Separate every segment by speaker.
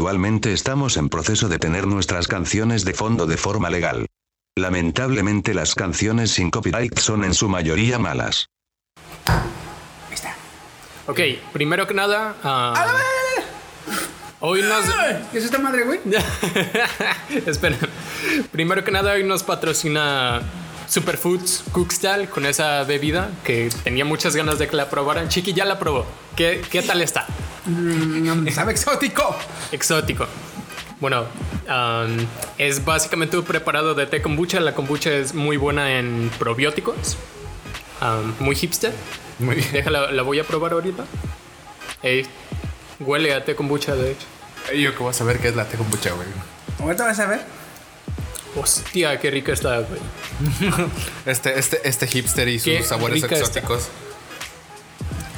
Speaker 1: Actualmente estamos en proceso de tener nuestras canciones de fondo de forma legal. Lamentablemente las canciones sin copyright son en su mayoría malas.
Speaker 2: Ok, primero que nada. ah, hoy nos.
Speaker 3: ¿Qué es esta madre, güey?
Speaker 2: Espera. Primero que nada, hoy nos patrocina Superfoods Cookstyle con esa bebida que tenía muchas ganas de que la probaran. Chiqui ya la probó. ¿Qué, qué tal está?
Speaker 3: Mm, Sabe exótico.
Speaker 2: Exótico. Bueno, am, es básicamente un preparado de té kombucha. La kombucha es muy buena en probióticos. Am, muy hipster.
Speaker 3: Muy bien.
Speaker 2: Déjala, la voy a probar ahorita. Ey, huele a té kombucha, de hecho.
Speaker 4: Yo que voy a saber qué es la tekombucha, güey.
Speaker 3: Ahorita vas a ver.
Speaker 2: Hostia, qué rica está, güey.
Speaker 4: Este, este, este hipster y sus
Speaker 2: Qué
Speaker 4: sabores
Speaker 2: rica está.
Speaker 4: exóticos.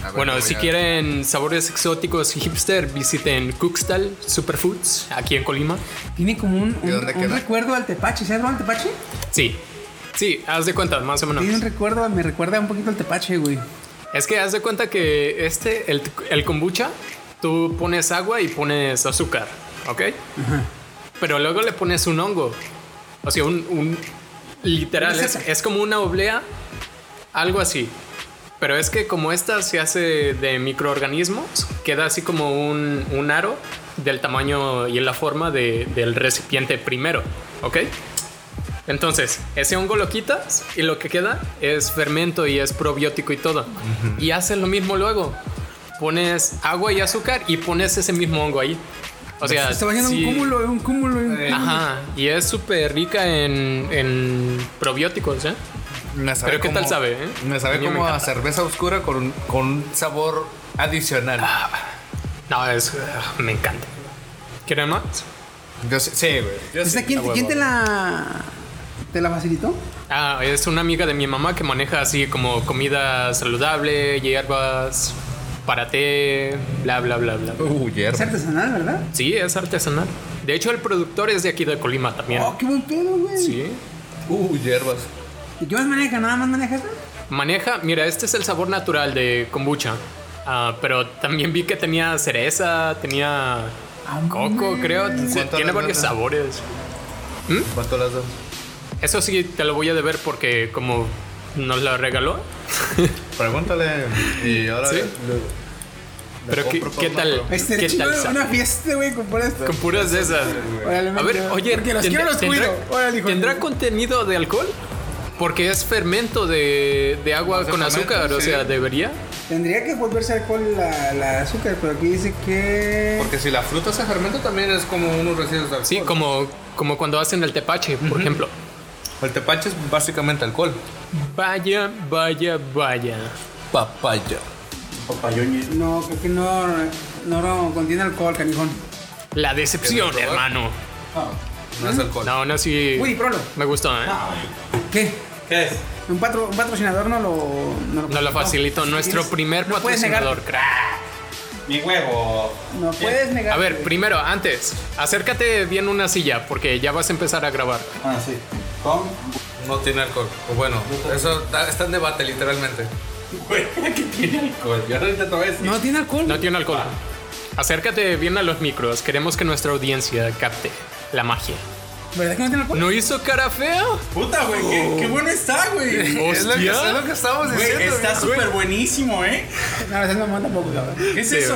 Speaker 4: A ver,
Speaker 2: Bueno,
Speaker 4: voy
Speaker 2: si
Speaker 4: a-
Speaker 2: quieren sabores exóticos y hipster, visiten Cookstall Superfoods aquí en Colima.
Speaker 3: Tiene como un,
Speaker 4: ¿De
Speaker 3: un-
Speaker 4: dónde
Speaker 3: un
Speaker 4: queda?
Speaker 3: recuerdo al tepache. ¿Sabes dónde al tepache?
Speaker 2: Sí, sí, haz de cuenta, más o menos.
Speaker 3: Tiene un recuerdo, me recuerda un poquito al tepache, güey.
Speaker 2: Es que haz de cuenta que este, el, el kombucha, tú pones agua y pones azúcar, ¿ok? Pero luego le pones un hongo. O sea, un. un- literal,
Speaker 3: Una
Speaker 2: es,
Speaker 3: seta.
Speaker 2: es como una oblea, algo así. Pero es que como esta se hace de microorganismos, queda así como un, un aro del tamaño y en la forma de- del recipiente primero, ¿ok? Entonces, ese hongo lo quitas y lo que queda es fermento y es probiótico y todo. Y haces lo mismo luego. Pones agua y azúcar y pones ese mismo hongo ahí. O sea,
Speaker 3: Se está bañando
Speaker 2: sí.
Speaker 3: un cúmulo, un cúmulo. un cúmulo.
Speaker 2: Ajá, y es súper rica en, en probióticos, ¿eh?
Speaker 4: Me sabe
Speaker 2: Pero ¿qué tal
Speaker 4: como-
Speaker 2: sabe, eh?
Speaker 4: Me
Speaker 2: A
Speaker 4: sabe
Speaker 2: mí me
Speaker 4: como a
Speaker 2: encanta.
Speaker 4: cerveza oscura con, con un sabor adicional.
Speaker 2: No, es. ah, Me encanta. ¿Quieren más?
Speaker 4: Yo sí, sí, güey. Yo
Speaker 3: Entonces,
Speaker 4: sí,
Speaker 3: Pues, ¿quién,
Speaker 4: a huevo.
Speaker 3: quién te la te la facilitó?
Speaker 2: Ah, es una amiga de mi mamá que maneja así como comida saludable, hierbas, para té, bla, bla, bla, bla. bla.
Speaker 4: Uh, hierba.
Speaker 3: Es artesanal, ¿verdad?
Speaker 2: Sí, es artesanal. De hecho, el productor es de aquí de Colima también.
Speaker 3: Oh, qué buen pedo, güey.
Speaker 2: Sí.
Speaker 4: Uh, hierbas.
Speaker 3: ¿Y qué más maneja? ¿Nada más maneja eso?
Speaker 2: Maneja, mira, este es el sabor natural de kombucha. Ah, pero también vi que tenía cereza, tenía
Speaker 3: Ah,
Speaker 2: coco, creo. Se-
Speaker 4: ¿Cuánto
Speaker 2: Tiene
Speaker 4: le
Speaker 2: varios
Speaker 4: das?
Speaker 2: sabores.
Speaker 4: ¿Cuánto las dos?
Speaker 2: Eso sí, te lo voy a deber porque como nos lo regaló.
Speaker 4: Pregúntale. Y ahora.
Speaker 2: Sí.
Speaker 4: le- le-
Speaker 2: Pero ¿qué,
Speaker 4: compro por
Speaker 2: qué
Speaker 4: una,
Speaker 2: tal?
Speaker 4: pero-
Speaker 3: Este
Speaker 2: ¿Qué
Speaker 3: chido,
Speaker 2: tal? sabe?
Speaker 3: una fiesta, güey, con puras-
Speaker 2: Con puras de esas.
Speaker 3: Órale,
Speaker 2: A ver,
Speaker 3: me-
Speaker 2: oye,
Speaker 3: porque los
Speaker 2: ¿tendrá-
Speaker 3: quiero, los
Speaker 2: tendrá-
Speaker 3: cuido. Órale, hijo de-
Speaker 2: ¿tendrá contenido de alcohol? Porque es fermento de, de agua
Speaker 4: De
Speaker 2: con
Speaker 4: fermento,
Speaker 2: azúcar, o
Speaker 4: sí.
Speaker 2: sea, debería.
Speaker 3: Tendría que volverse alcohol la, la azúcar, pero aquí dice que.
Speaker 4: Porque si la fruta se fermenta también es como unos residuos de alcohol.
Speaker 2: Sí, como, como cuando hacen el tepache, por ejemplo.
Speaker 4: El tepache es básicamente alcohol.
Speaker 2: Vaya, vaya, vaya.
Speaker 4: Papaya.
Speaker 3: No, creo que no, no, no contiene alcohol, canijón.
Speaker 2: La decepción,
Speaker 4: ¿Quieres probar?
Speaker 2: hermano.
Speaker 5: Ah,
Speaker 4: No es alcohol.
Speaker 2: No, no, sí.
Speaker 3: Uy, prolo.
Speaker 2: Me gustó, ¿eh?
Speaker 3: ¿Qué?
Speaker 5: ¿Qué es?
Speaker 3: Un, patro- un patrocinador no lo. No lo,
Speaker 2: Nos lo facilitó
Speaker 3: No,
Speaker 2: nuestro
Speaker 3: tienes-
Speaker 2: primer
Speaker 3: no puedes negar-
Speaker 2: patrocinador, crack.
Speaker 5: Mi huevo.
Speaker 3: No puedes negar.
Speaker 2: A ver,
Speaker 3: güey.
Speaker 2: primero, antes, acércate bien una silla, porque ya vas a empezar a grabar.
Speaker 5: Ah, sí. Con.
Speaker 4: No tiene alcohol. O bueno, eso está, está en debate, literalmente.
Speaker 5: ¿Qué tiene alcohol? Yo ahorita te voy a decir.
Speaker 3: No tiene alcohol.
Speaker 2: No tiene alcohol. Acércate bien a los micros. Queremos que nuestra audiencia capte la magia.
Speaker 3: ¿Verdad que no tiene alcohol?
Speaker 2: ¿No hizo cara fea?
Speaker 5: Puta, güey. Qué, qué bueno está, güey.
Speaker 4: Es lo, que,
Speaker 2: Hostia.
Speaker 4: es lo que estábamos
Speaker 5: Güey,
Speaker 4: diciendo.
Speaker 5: está súper buenísimo, ¿eh?
Speaker 3: No, no, ese no mamón tampoco, cabrón.
Speaker 5: ¿Qué es
Speaker 2: Sí,
Speaker 5: eso?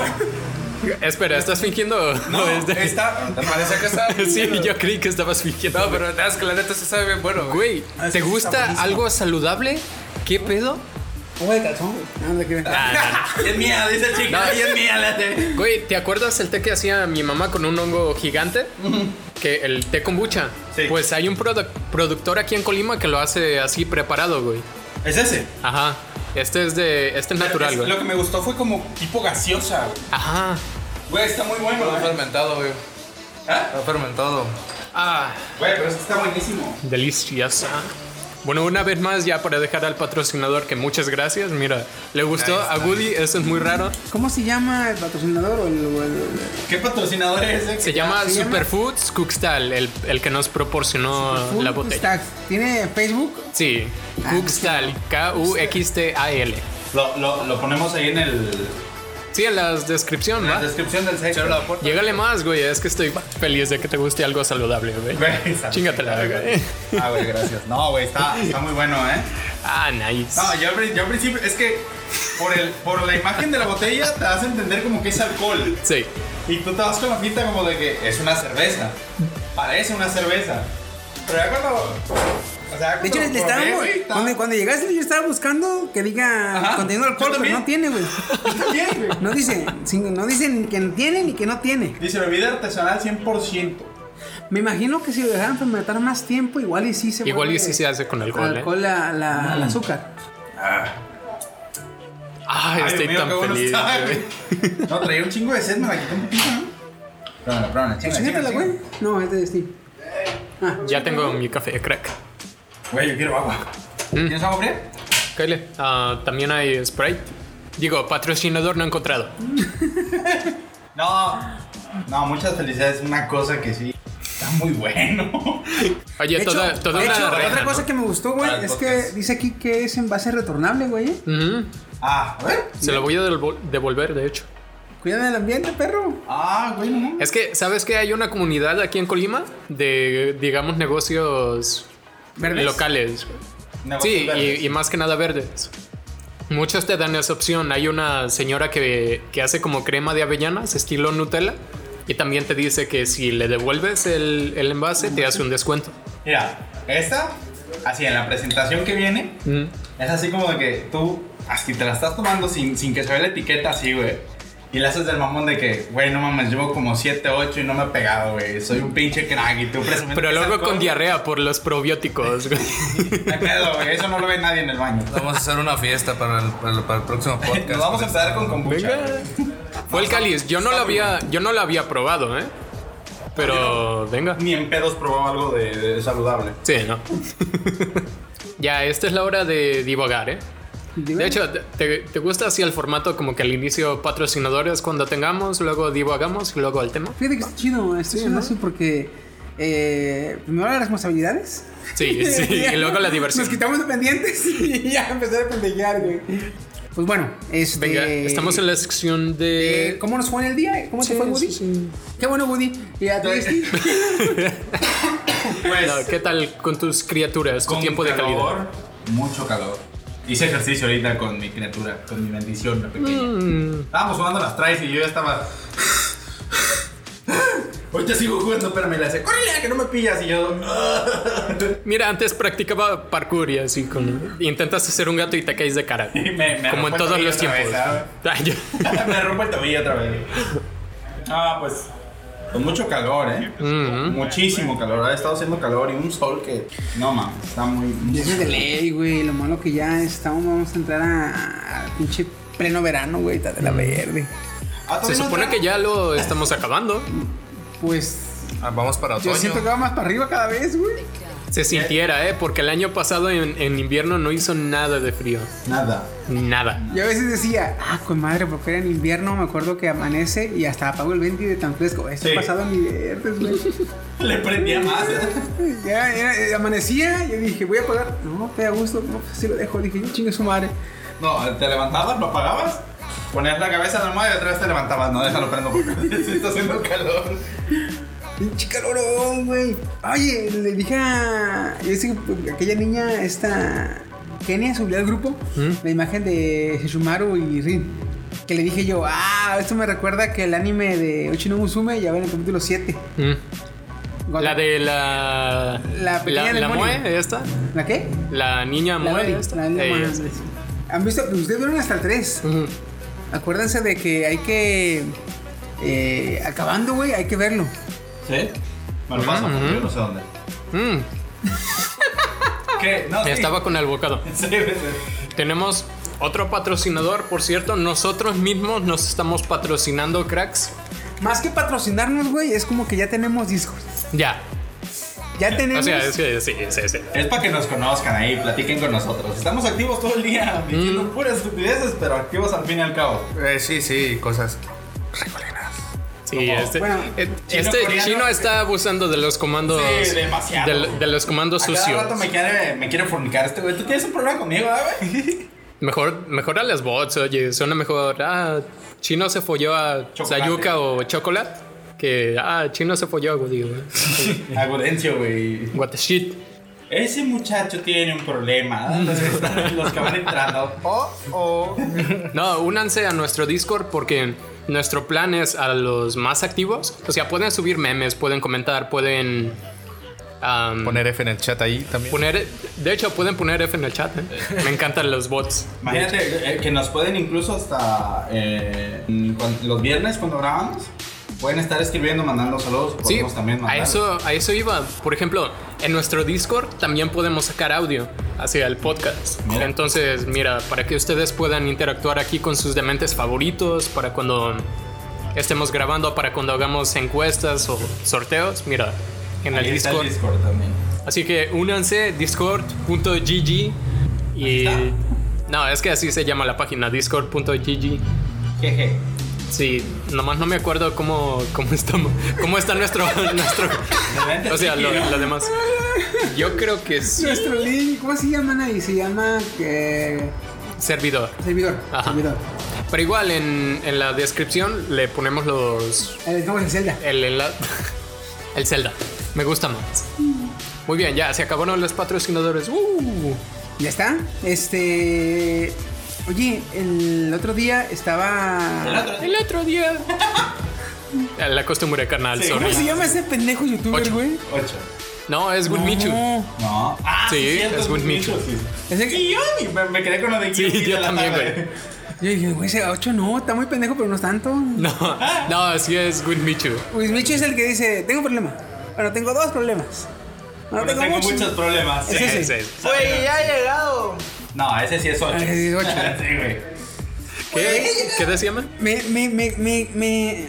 Speaker 2: Espera, ¿estás fingiendo?
Speaker 5: No,
Speaker 2: es de-
Speaker 5: está.
Speaker 4: Me Parece que está.
Speaker 2: Sí, yo creí que estabas fingiendo.
Speaker 4: No, pero es que la neta se sabe bien bueno. güey.
Speaker 2: Güey,
Speaker 3: Ah,
Speaker 2: ¿te
Speaker 3: sí, está
Speaker 2: gusta
Speaker 3: buenísimo.
Speaker 2: algo saludable? ¿Qué pedo?
Speaker 3: Agua de calzón, güey. No, no te crees.
Speaker 2: Ah,
Speaker 5: Es mía, dice chica.
Speaker 2: No.
Speaker 5: y es mía, la de.
Speaker 2: no. Güey, ¿te acuerdas el té que hacía mi mamá con un hongo gigante? Que el té kombucha.
Speaker 5: Sí.
Speaker 2: Pues hay un produ- productor aquí en Colima que lo hace así preparado, güey.
Speaker 5: Es ese.
Speaker 2: Ajá. Este es de. Este es natural,
Speaker 5: Es-
Speaker 2: güey.
Speaker 5: Lo que me gustó fue como tipo gaseosa, güey.
Speaker 2: Ajá.
Speaker 5: Güey, está muy bueno,
Speaker 4: Está
Speaker 5: güey.
Speaker 4: fermentado, güey.
Speaker 5: ¿Ah?
Speaker 4: Está fermentado.
Speaker 2: Ah.
Speaker 5: Güey, pero es que está buenísimo.
Speaker 2: Deliciosa. Bueno, una vez más, ya para dejar al patrocinador que muchas gracias. Mira, le gustó a Woody, eso es muy raro.
Speaker 3: ¿Cómo se llama el patrocinador o el. o el-
Speaker 5: ¿Qué patrocinador es ese?
Speaker 2: Se llama
Speaker 3: se llama-
Speaker 2: Superfoods Cookstall, el, el que nos proporcionó
Speaker 3: Full
Speaker 2: Ah, la botella.
Speaker 3: Stacks? ¿Tiene Facebook?
Speaker 2: Sí,
Speaker 3: Ah,
Speaker 2: Cookstall, K-U-X-T-A-L.
Speaker 5: Lo, lo, lo ponemos ahí en el.
Speaker 2: Sí, en la descripción,
Speaker 5: La
Speaker 2: ¿va?
Speaker 5: descripción del site.
Speaker 4: Cierra la puerta.
Speaker 2: Llégale más, güey. Es que estoy feliz de que te guste algo saludable, güey.
Speaker 5: Güey, sabe.
Speaker 2: Chingatela, güey.
Speaker 5: Ah, güey, gracias. No, güey, está, está muy bueno, ¿eh?
Speaker 2: Ah, nice.
Speaker 5: No, yo al, pri- yo al principio, es que por, el, por la imagen de la botella te das a entender como que es alcohol.
Speaker 2: Sí.
Speaker 5: Y tú te vas con la pinta como de que es una cerveza. Parece una cerveza. Pero ya cuando. O sea,
Speaker 3: De hecho, le
Speaker 5: cuando
Speaker 3: estaba,
Speaker 5: probé, güey, estaba-
Speaker 3: cuando, cuando llegaste, yo estaba buscando que diga
Speaker 5: Ajá,
Speaker 3: contenido alcohol,
Speaker 5: yo
Speaker 3: pero no tiene, güey.
Speaker 5: Está bien, güey.
Speaker 3: No dice, sí, no dice ni que tiene ni que no tiene.
Speaker 5: Dice bebida artesanal 100%.
Speaker 3: Me imagino que si lo dejaran fermentar más tiempo, igual y sí se
Speaker 2: Igual y
Speaker 3: vuelve
Speaker 2: sí se hace con alcohol, ¿eh?
Speaker 3: alcohol la, la, al azúcar.
Speaker 2: Ay,
Speaker 5: Ay,
Speaker 2: estoy
Speaker 5: Dios mío,
Speaker 2: tan
Speaker 5: qué bueno
Speaker 2: feliz,
Speaker 5: está,
Speaker 2: güey.
Speaker 5: güey. No, traía un chingo de sed, me la quité un poquito, ¿no? Perdona, perdona,
Speaker 3: Pues
Speaker 5: chinga, chinga,
Speaker 3: fíjatela, güey.
Speaker 5: chinga.
Speaker 3: No, es de Steve. Ah,
Speaker 2: Ya tengo mi café, crack.
Speaker 5: Güey, yo quiero agua.
Speaker 2: Mm.
Speaker 5: ¿Tienes agua fría?
Speaker 2: Kyle, ah, también hay Sprite. Digo, patrocinador no he encontrado.
Speaker 5: No, no, muchas felicidades. Es una cosa que sí. Está muy bueno.
Speaker 2: Oye,
Speaker 3: de hecho,
Speaker 2: toda, toda
Speaker 3: de
Speaker 2: una
Speaker 3: hecho,
Speaker 2: reja,
Speaker 3: otra
Speaker 2: ¿no?
Speaker 3: cosa que me gustó, güey,
Speaker 5: Para el
Speaker 3: es que
Speaker 5: podcast.
Speaker 3: dice aquí que es en base retornable, güey. ¿eh?
Speaker 2: Ujú,
Speaker 5: Ah, a ver.
Speaker 2: Se lo voy a devol- devolver, de hecho.
Speaker 3: Cuida del ambiente, perro.
Speaker 5: Ah, güey, no. mames.
Speaker 2: Es que, ¿sabes que hay una comunidad aquí en Colima de, digamos, negocios
Speaker 3: ¿Verdes?
Speaker 2: locales?
Speaker 5: Negocios
Speaker 2: Sí,
Speaker 5: verdes.
Speaker 2: y, y más que nada verdes. Muchos te dan esa opción. Hay una señora que, que hace como crema de avellanas, estilo Nutella, y también te dice que si le devuelves el, el envase, te hace un descuento.
Speaker 5: Mira, esta, así en la presentación que viene,
Speaker 2: Ujú.
Speaker 5: es así como de que tú, así te la estás tomando sin, sin que se vea la etiqueta, así, güey. Y le haces del mamón de que, güey, no mames, llevo como 7, 8 y no me he pegado, güey. Soy un pinche crack y tú presumiendo.
Speaker 2: Pero
Speaker 5: que es
Speaker 2: luego
Speaker 5: alcohol.
Speaker 2: con diarrea por los probióticos. güey.
Speaker 5: Me pedo, güey. Eso no lo ve nadie en el baño.
Speaker 4: Vamos a hacer una fiesta para el, para el- para el próximo podcast.
Speaker 5: Nos vamos a empezar con kombucha.
Speaker 2: Venga. Fue el cáliz. Yo no lo había, yo no lo había probado, ¿eh? Pero venga.
Speaker 5: Ni en pedos probaba algo de, de saludable.
Speaker 2: Sí, ¿no? ya, esta es la hora de divagar, ¿eh? De hecho, ¿te, te gusta así el formato como que al inicio patrocinadores cuando tengamos, luego divagamos y luego el tema?
Speaker 3: Fíjate que está chido, está chido así porque eh, primero las responsabilidades.
Speaker 2: Sí, sí, y luego la diversión.
Speaker 3: Nos quitamos de pendientes y ya empezar a pendejear, güey. Pues bueno, este.
Speaker 2: Venga, estamos en la sección de...
Speaker 3: eh, ¿Cómo nos fue en el día? ¿Cómo
Speaker 2: Sí,
Speaker 3: te fue, Woody?
Speaker 2: sí, sí.
Speaker 3: Qué bueno, Woody. Y a ti, Steve.
Speaker 5: Pues,
Speaker 2: No, ¿Qué tal con tus criaturas, tu
Speaker 5: con
Speaker 2: tiempo de calidad?
Speaker 5: calor, Mucho calor. Hice ejercicio ahorita con mi criatura, con mi bendición, la pequeña.
Speaker 2: Mm,
Speaker 5: Estábamos jugando las trays y yo ya estaba. Ahorita sigo jugando, pero me la hace. ¡Córrele, que no me pillas! Y yo.
Speaker 2: Mira, antes practicaba parkour y así con... Intentas hacer un gato y te caes de cara.
Speaker 5: Y me-
Speaker 2: como
Speaker 5: me
Speaker 2: en
Speaker 5: rompo el
Speaker 2: todos
Speaker 5: tobillo
Speaker 2: los
Speaker 5: otra
Speaker 2: tiempos.
Speaker 5: vez, ¿sabes?
Speaker 2: Ay, yo-
Speaker 5: me rompo el tobillo otra vez. Ah, pues. Con mucho calor, ¿eh?
Speaker 2: Mm-hmm.
Speaker 5: Muchísimo calor. Ha estado haciendo calor y un sol que. No, mames, está muy. muy-
Speaker 3: Eso es de ley, güey. Lo malo que ya estamos, vamos a entrar a, a pinche pleno verano, güey. Está de
Speaker 2: Mm.
Speaker 3: la verde.
Speaker 5: Ah,
Speaker 2: Se
Speaker 5: ¿todavía no
Speaker 2: supone
Speaker 5: entra?
Speaker 2: que ya lo estamos acabando.
Speaker 3: Pues
Speaker 4: Ah, vamos para
Speaker 3: yo
Speaker 4: otoño.
Speaker 3: siento que va más para arriba cada vez, güey.
Speaker 2: Se sintiera, ¿eh? Porque el año pasado en, en invierno no hizo nada de frío.
Speaker 5: Nada.
Speaker 2: Nada.
Speaker 3: Yo a veces decía, ah, con madre, porque era en invierno, me acuerdo que amanece y hasta apago el venti de tan fresco. Esto ha
Speaker 5: Sí.
Speaker 3: pasado en invierno, güey.
Speaker 5: Le prendía más, ¿eh?
Speaker 3: ya, era- eh, amanecía, yo dije, voy a apagar. No, te da gusto, no, así lo dejo. Dije, chingue su madre.
Speaker 5: No, te levantabas, lo apagabas, ponías la cabeza en la almohada y otra vez te levantabas. No, déjalo prendo porque sí está haciendo calor.
Speaker 3: Pinche calorón, güey. Oye, le dije a. Yo sé que pues, aquella niña, esta. Kenia subió al grupo la imagen de Shishumaru y Rin. Que le dije yo, ah, esto me recuerda que el anime de Ochi no Musume ya va en el capítulo 7.
Speaker 2: Mm. La de la.
Speaker 3: La pequeña
Speaker 2: la,
Speaker 3: demonio.
Speaker 2: Moe, esta.
Speaker 3: ¿La qué?
Speaker 2: La niña
Speaker 3: La
Speaker 2: Moe, Eh,
Speaker 3: Barbie,
Speaker 2: esta.
Speaker 3: la niña
Speaker 2: Ey,
Speaker 3: Moe.
Speaker 2: esta.
Speaker 3: ¿Han visto? pues, Ustedes vieron hasta el 3.
Speaker 2: Ujú.
Speaker 3: Acuérdense de que hay que. eh, acabando, güey, hay que verlo.
Speaker 5: ¿Sí? Me lo paso, porque yo no sé dónde.
Speaker 2: Mm,
Speaker 5: ¿Qué? No, sí.
Speaker 2: Estaba con el bocado.
Speaker 5: Sí, sí.
Speaker 2: Tenemos otro patrocinador, por cierto. Nosotros mismos nos estamos patrocinando, cracks.
Speaker 3: Más que patrocinarnos, güey, es como que ya tenemos discos.
Speaker 2: Ya.
Speaker 3: Ya tenemos.
Speaker 2: O sea, es que Ah, sí, sí, sí.
Speaker 5: Es para que nos conozcan ahí, platiquen con nosotros. Estamos activos todo el día, diciendo puras estupideces, pero activos al fin y al cabo.
Speaker 4: Eh, sí, sí, cosas.
Speaker 2: Sí,
Speaker 5: Como-
Speaker 2: este,
Speaker 3: Bueno,
Speaker 2: eh,
Speaker 5: chino
Speaker 2: este
Speaker 5: coreano.
Speaker 2: chino está abusando de los comandos.
Speaker 5: Sí, demasiado.
Speaker 2: del- De, los comandos
Speaker 5: A cada
Speaker 2: sucios.
Speaker 5: rato me quiere, me quiere fornicar este güey. Tú tienes un problema conmigo, ¿eh, güey?
Speaker 2: Mejor, mejor a las bots, oye, suena mejor. Ah, Chino se folló a
Speaker 5: Chocolate.
Speaker 2: Sayuca o Chocolate. Que, ah, Chino se folló a Woody, güey.
Speaker 5: A Gorencio, güey.
Speaker 2: What the shit.
Speaker 5: Ese muchacho tiene un problema. Los que, están- los que van entrando. Oh, oh.
Speaker 2: No, únanse a nuestro Discord porque nuestro plan es a los más activos. O sea, pueden subir memes, pueden comentar, pueden. am,
Speaker 5: Mm.
Speaker 6: Poner F en el chat ahí también.
Speaker 2: poner- De hecho, pueden poner F en el chat. ¿eh? Me encantan los bots.
Speaker 5: Imagínate eh, que nos pueden incluso hasta eh, cuan- los viernes cuando grabamos. Pueden estar escribiendo, mandando saludos.
Speaker 2: Sí,
Speaker 5: Podemos también
Speaker 2: a
Speaker 5: mandar.
Speaker 2: eso, a eso iba. Por ejemplo, en nuestro Discord también podemos sacar audio hacia el podcast.
Speaker 5: Mira.
Speaker 2: Entonces, mira, para que ustedes puedan interactuar aquí con sus dementes favoritos, para cuando estemos grabando, para cuando hagamos encuestas o sorteos, mira, en el
Speaker 5: Ahí está
Speaker 2: Discord.
Speaker 5: el Discord también.
Speaker 2: Así que únanse, discord.gg y...
Speaker 5: Ahí
Speaker 2: No, es que así se llama la página, discord.gg.
Speaker 5: Jeje.
Speaker 2: Sí, nomás no me acuerdo cómo, cómo, estamos, cómo está nuestro... nuestro
Speaker 5: Realmente
Speaker 2: o sea,
Speaker 5: sí
Speaker 2: lo,
Speaker 5: quiero.
Speaker 2: lo demás. Yo creo que sí.
Speaker 3: Nuestro link, ¿cómo se llaman ahí? Se llama eh,
Speaker 2: Servidor.
Speaker 3: servidor.
Speaker 2: Ajá.
Speaker 3: Servidor.
Speaker 2: Pero igual en, en la descripción le ponemos los...
Speaker 3: Ahí estamos en Zelda.
Speaker 2: El, enla- el Zelda. Me gusta más. Muy bien, ya, se acabaron los patrocinadores. ¡Uh!
Speaker 3: Ya está. Este. Oye, el otro día estaba.
Speaker 2: El otro día. La costumbre, carnal,
Speaker 5: Sí.
Speaker 2: sorry.
Speaker 3: ¿Cómo se llama ese pendejo youtuber,
Speaker 2: Ocho.
Speaker 3: güey?
Speaker 5: Ocho.
Speaker 2: No, es Good Michu.
Speaker 3: No.
Speaker 5: No. Ah,
Speaker 2: Pues Sí,
Speaker 5: cierto,
Speaker 2: es Good
Speaker 5: Micho,
Speaker 2: Micho.
Speaker 5: sí.
Speaker 3: Es el-
Speaker 5: Sí, yo me, me quedé con lo de
Speaker 2: Sí,
Speaker 5: Guilty de
Speaker 2: yo
Speaker 5: la
Speaker 2: también,
Speaker 5: tarde.
Speaker 2: güey.
Speaker 3: Yo dije, güey, ese 8 no, está muy pendejo, pero no es tanto.
Speaker 2: No, no, sí es Good Michu.
Speaker 3: Luis Micho es el que dice, tengo problema. Bueno, tengo dos problemas. Bueno,
Speaker 5: Pero tengo muchos problemas.
Speaker 3: Es
Speaker 5: Sí.
Speaker 3: ese.
Speaker 2: Ese es.
Speaker 5: Güey,
Speaker 4: ya ha llegado.
Speaker 5: No, ese sí es ocho.
Speaker 3: Ese sí es ocho.
Speaker 5: sí, güey.
Speaker 2: ¿Qué, ¿Qué decía, man?
Speaker 3: Me, me, me, me, me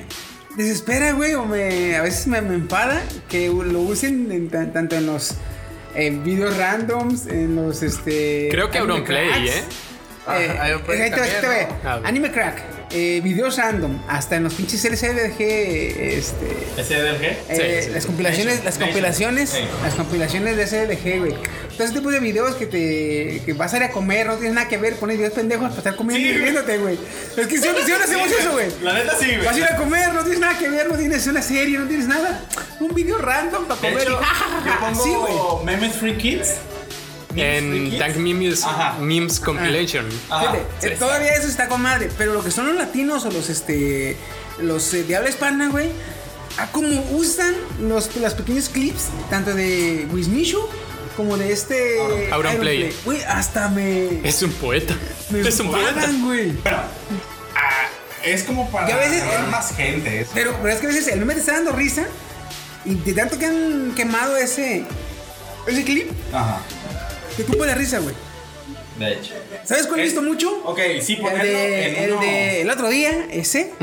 Speaker 3: desespera, güey, o me, a veces me, me enfada que lo usen en tan- tanto en los eh, videos randoms, en los, este...
Speaker 2: Creo que
Speaker 3: Anime
Speaker 2: Auronplay,
Speaker 3: Cracks.
Speaker 2: ¿eh?
Speaker 4: Ah,
Speaker 3: Eh,
Speaker 4: Auronplay
Speaker 3: ahí te va, ahí te va.
Speaker 4: también,
Speaker 2: ¿no? Ah, güey.
Speaker 3: Anime Crack, eh, videos random, hasta en los pinches LCDG, este...
Speaker 5: ¿Ese del qué?
Speaker 3: Eh,
Speaker 2: Sí, sí,
Speaker 3: las
Speaker 2: sí.
Speaker 3: compilaciones, las
Speaker 5: Nation.
Speaker 3: compilaciones,
Speaker 5: Sí.
Speaker 3: las compilaciones de SLG, güey. Todo ese tipo de videos que te que vas a ir a comer, no tienes nada que ver, pones videos pendejos para estar comiendo
Speaker 5: Sí,
Speaker 3: y
Speaker 5: güey.
Speaker 3: riéndote, güey. Es que si ahora hacemos eso, güey.
Speaker 5: La neta sí, güey.
Speaker 3: Vas a ir a comer, no tienes nada que ver, no tienes una serie, no tienes nada. Un video random para
Speaker 5: De
Speaker 3: comer.
Speaker 5: hecho,
Speaker 3: y ja, ja, ja,
Speaker 5: yo
Speaker 3: ja.
Speaker 5: pongo
Speaker 3: Sí, güey.
Speaker 5: memes free kids. Memes free
Speaker 2: En
Speaker 5: kids.
Speaker 2: Tank Memes,
Speaker 5: Ajá. Ah.
Speaker 2: Memes Compilation.
Speaker 5: Ajá.
Speaker 3: Fíjate, eh,
Speaker 2: sí.
Speaker 3: todavía eso está con madre, pero lo que son los latinos o los este los eh, de habla hispana, güey, a cómo usan los los pequeños clips tanto de Wismichu como de este
Speaker 2: Auron- Auronplay.
Speaker 3: Auronplay. Güey, hasta me
Speaker 2: Es un poeta.
Speaker 3: me
Speaker 2: Es un poeta.
Speaker 3: enfadan, güey.
Speaker 5: Pero ah, es como para
Speaker 3: Y a veces-
Speaker 5: agarrar más gente. es-
Speaker 3: Pero, pero es que a veces el meme te está dando risa y de tanto que han quemado ese ese clip
Speaker 5: Ajá.
Speaker 3: te tumba la risa, güey.
Speaker 5: De hecho.
Speaker 3: ¿Sabes cuál he
Speaker 2: Eh,
Speaker 5: Es-
Speaker 3: visto mucho?
Speaker 5: Ok, sí,
Speaker 3: El
Speaker 5: ponerlo
Speaker 3: de,
Speaker 5: en
Speaker 3: el
Speaker 5: uno-
Speaker 3: de el otro día, ese.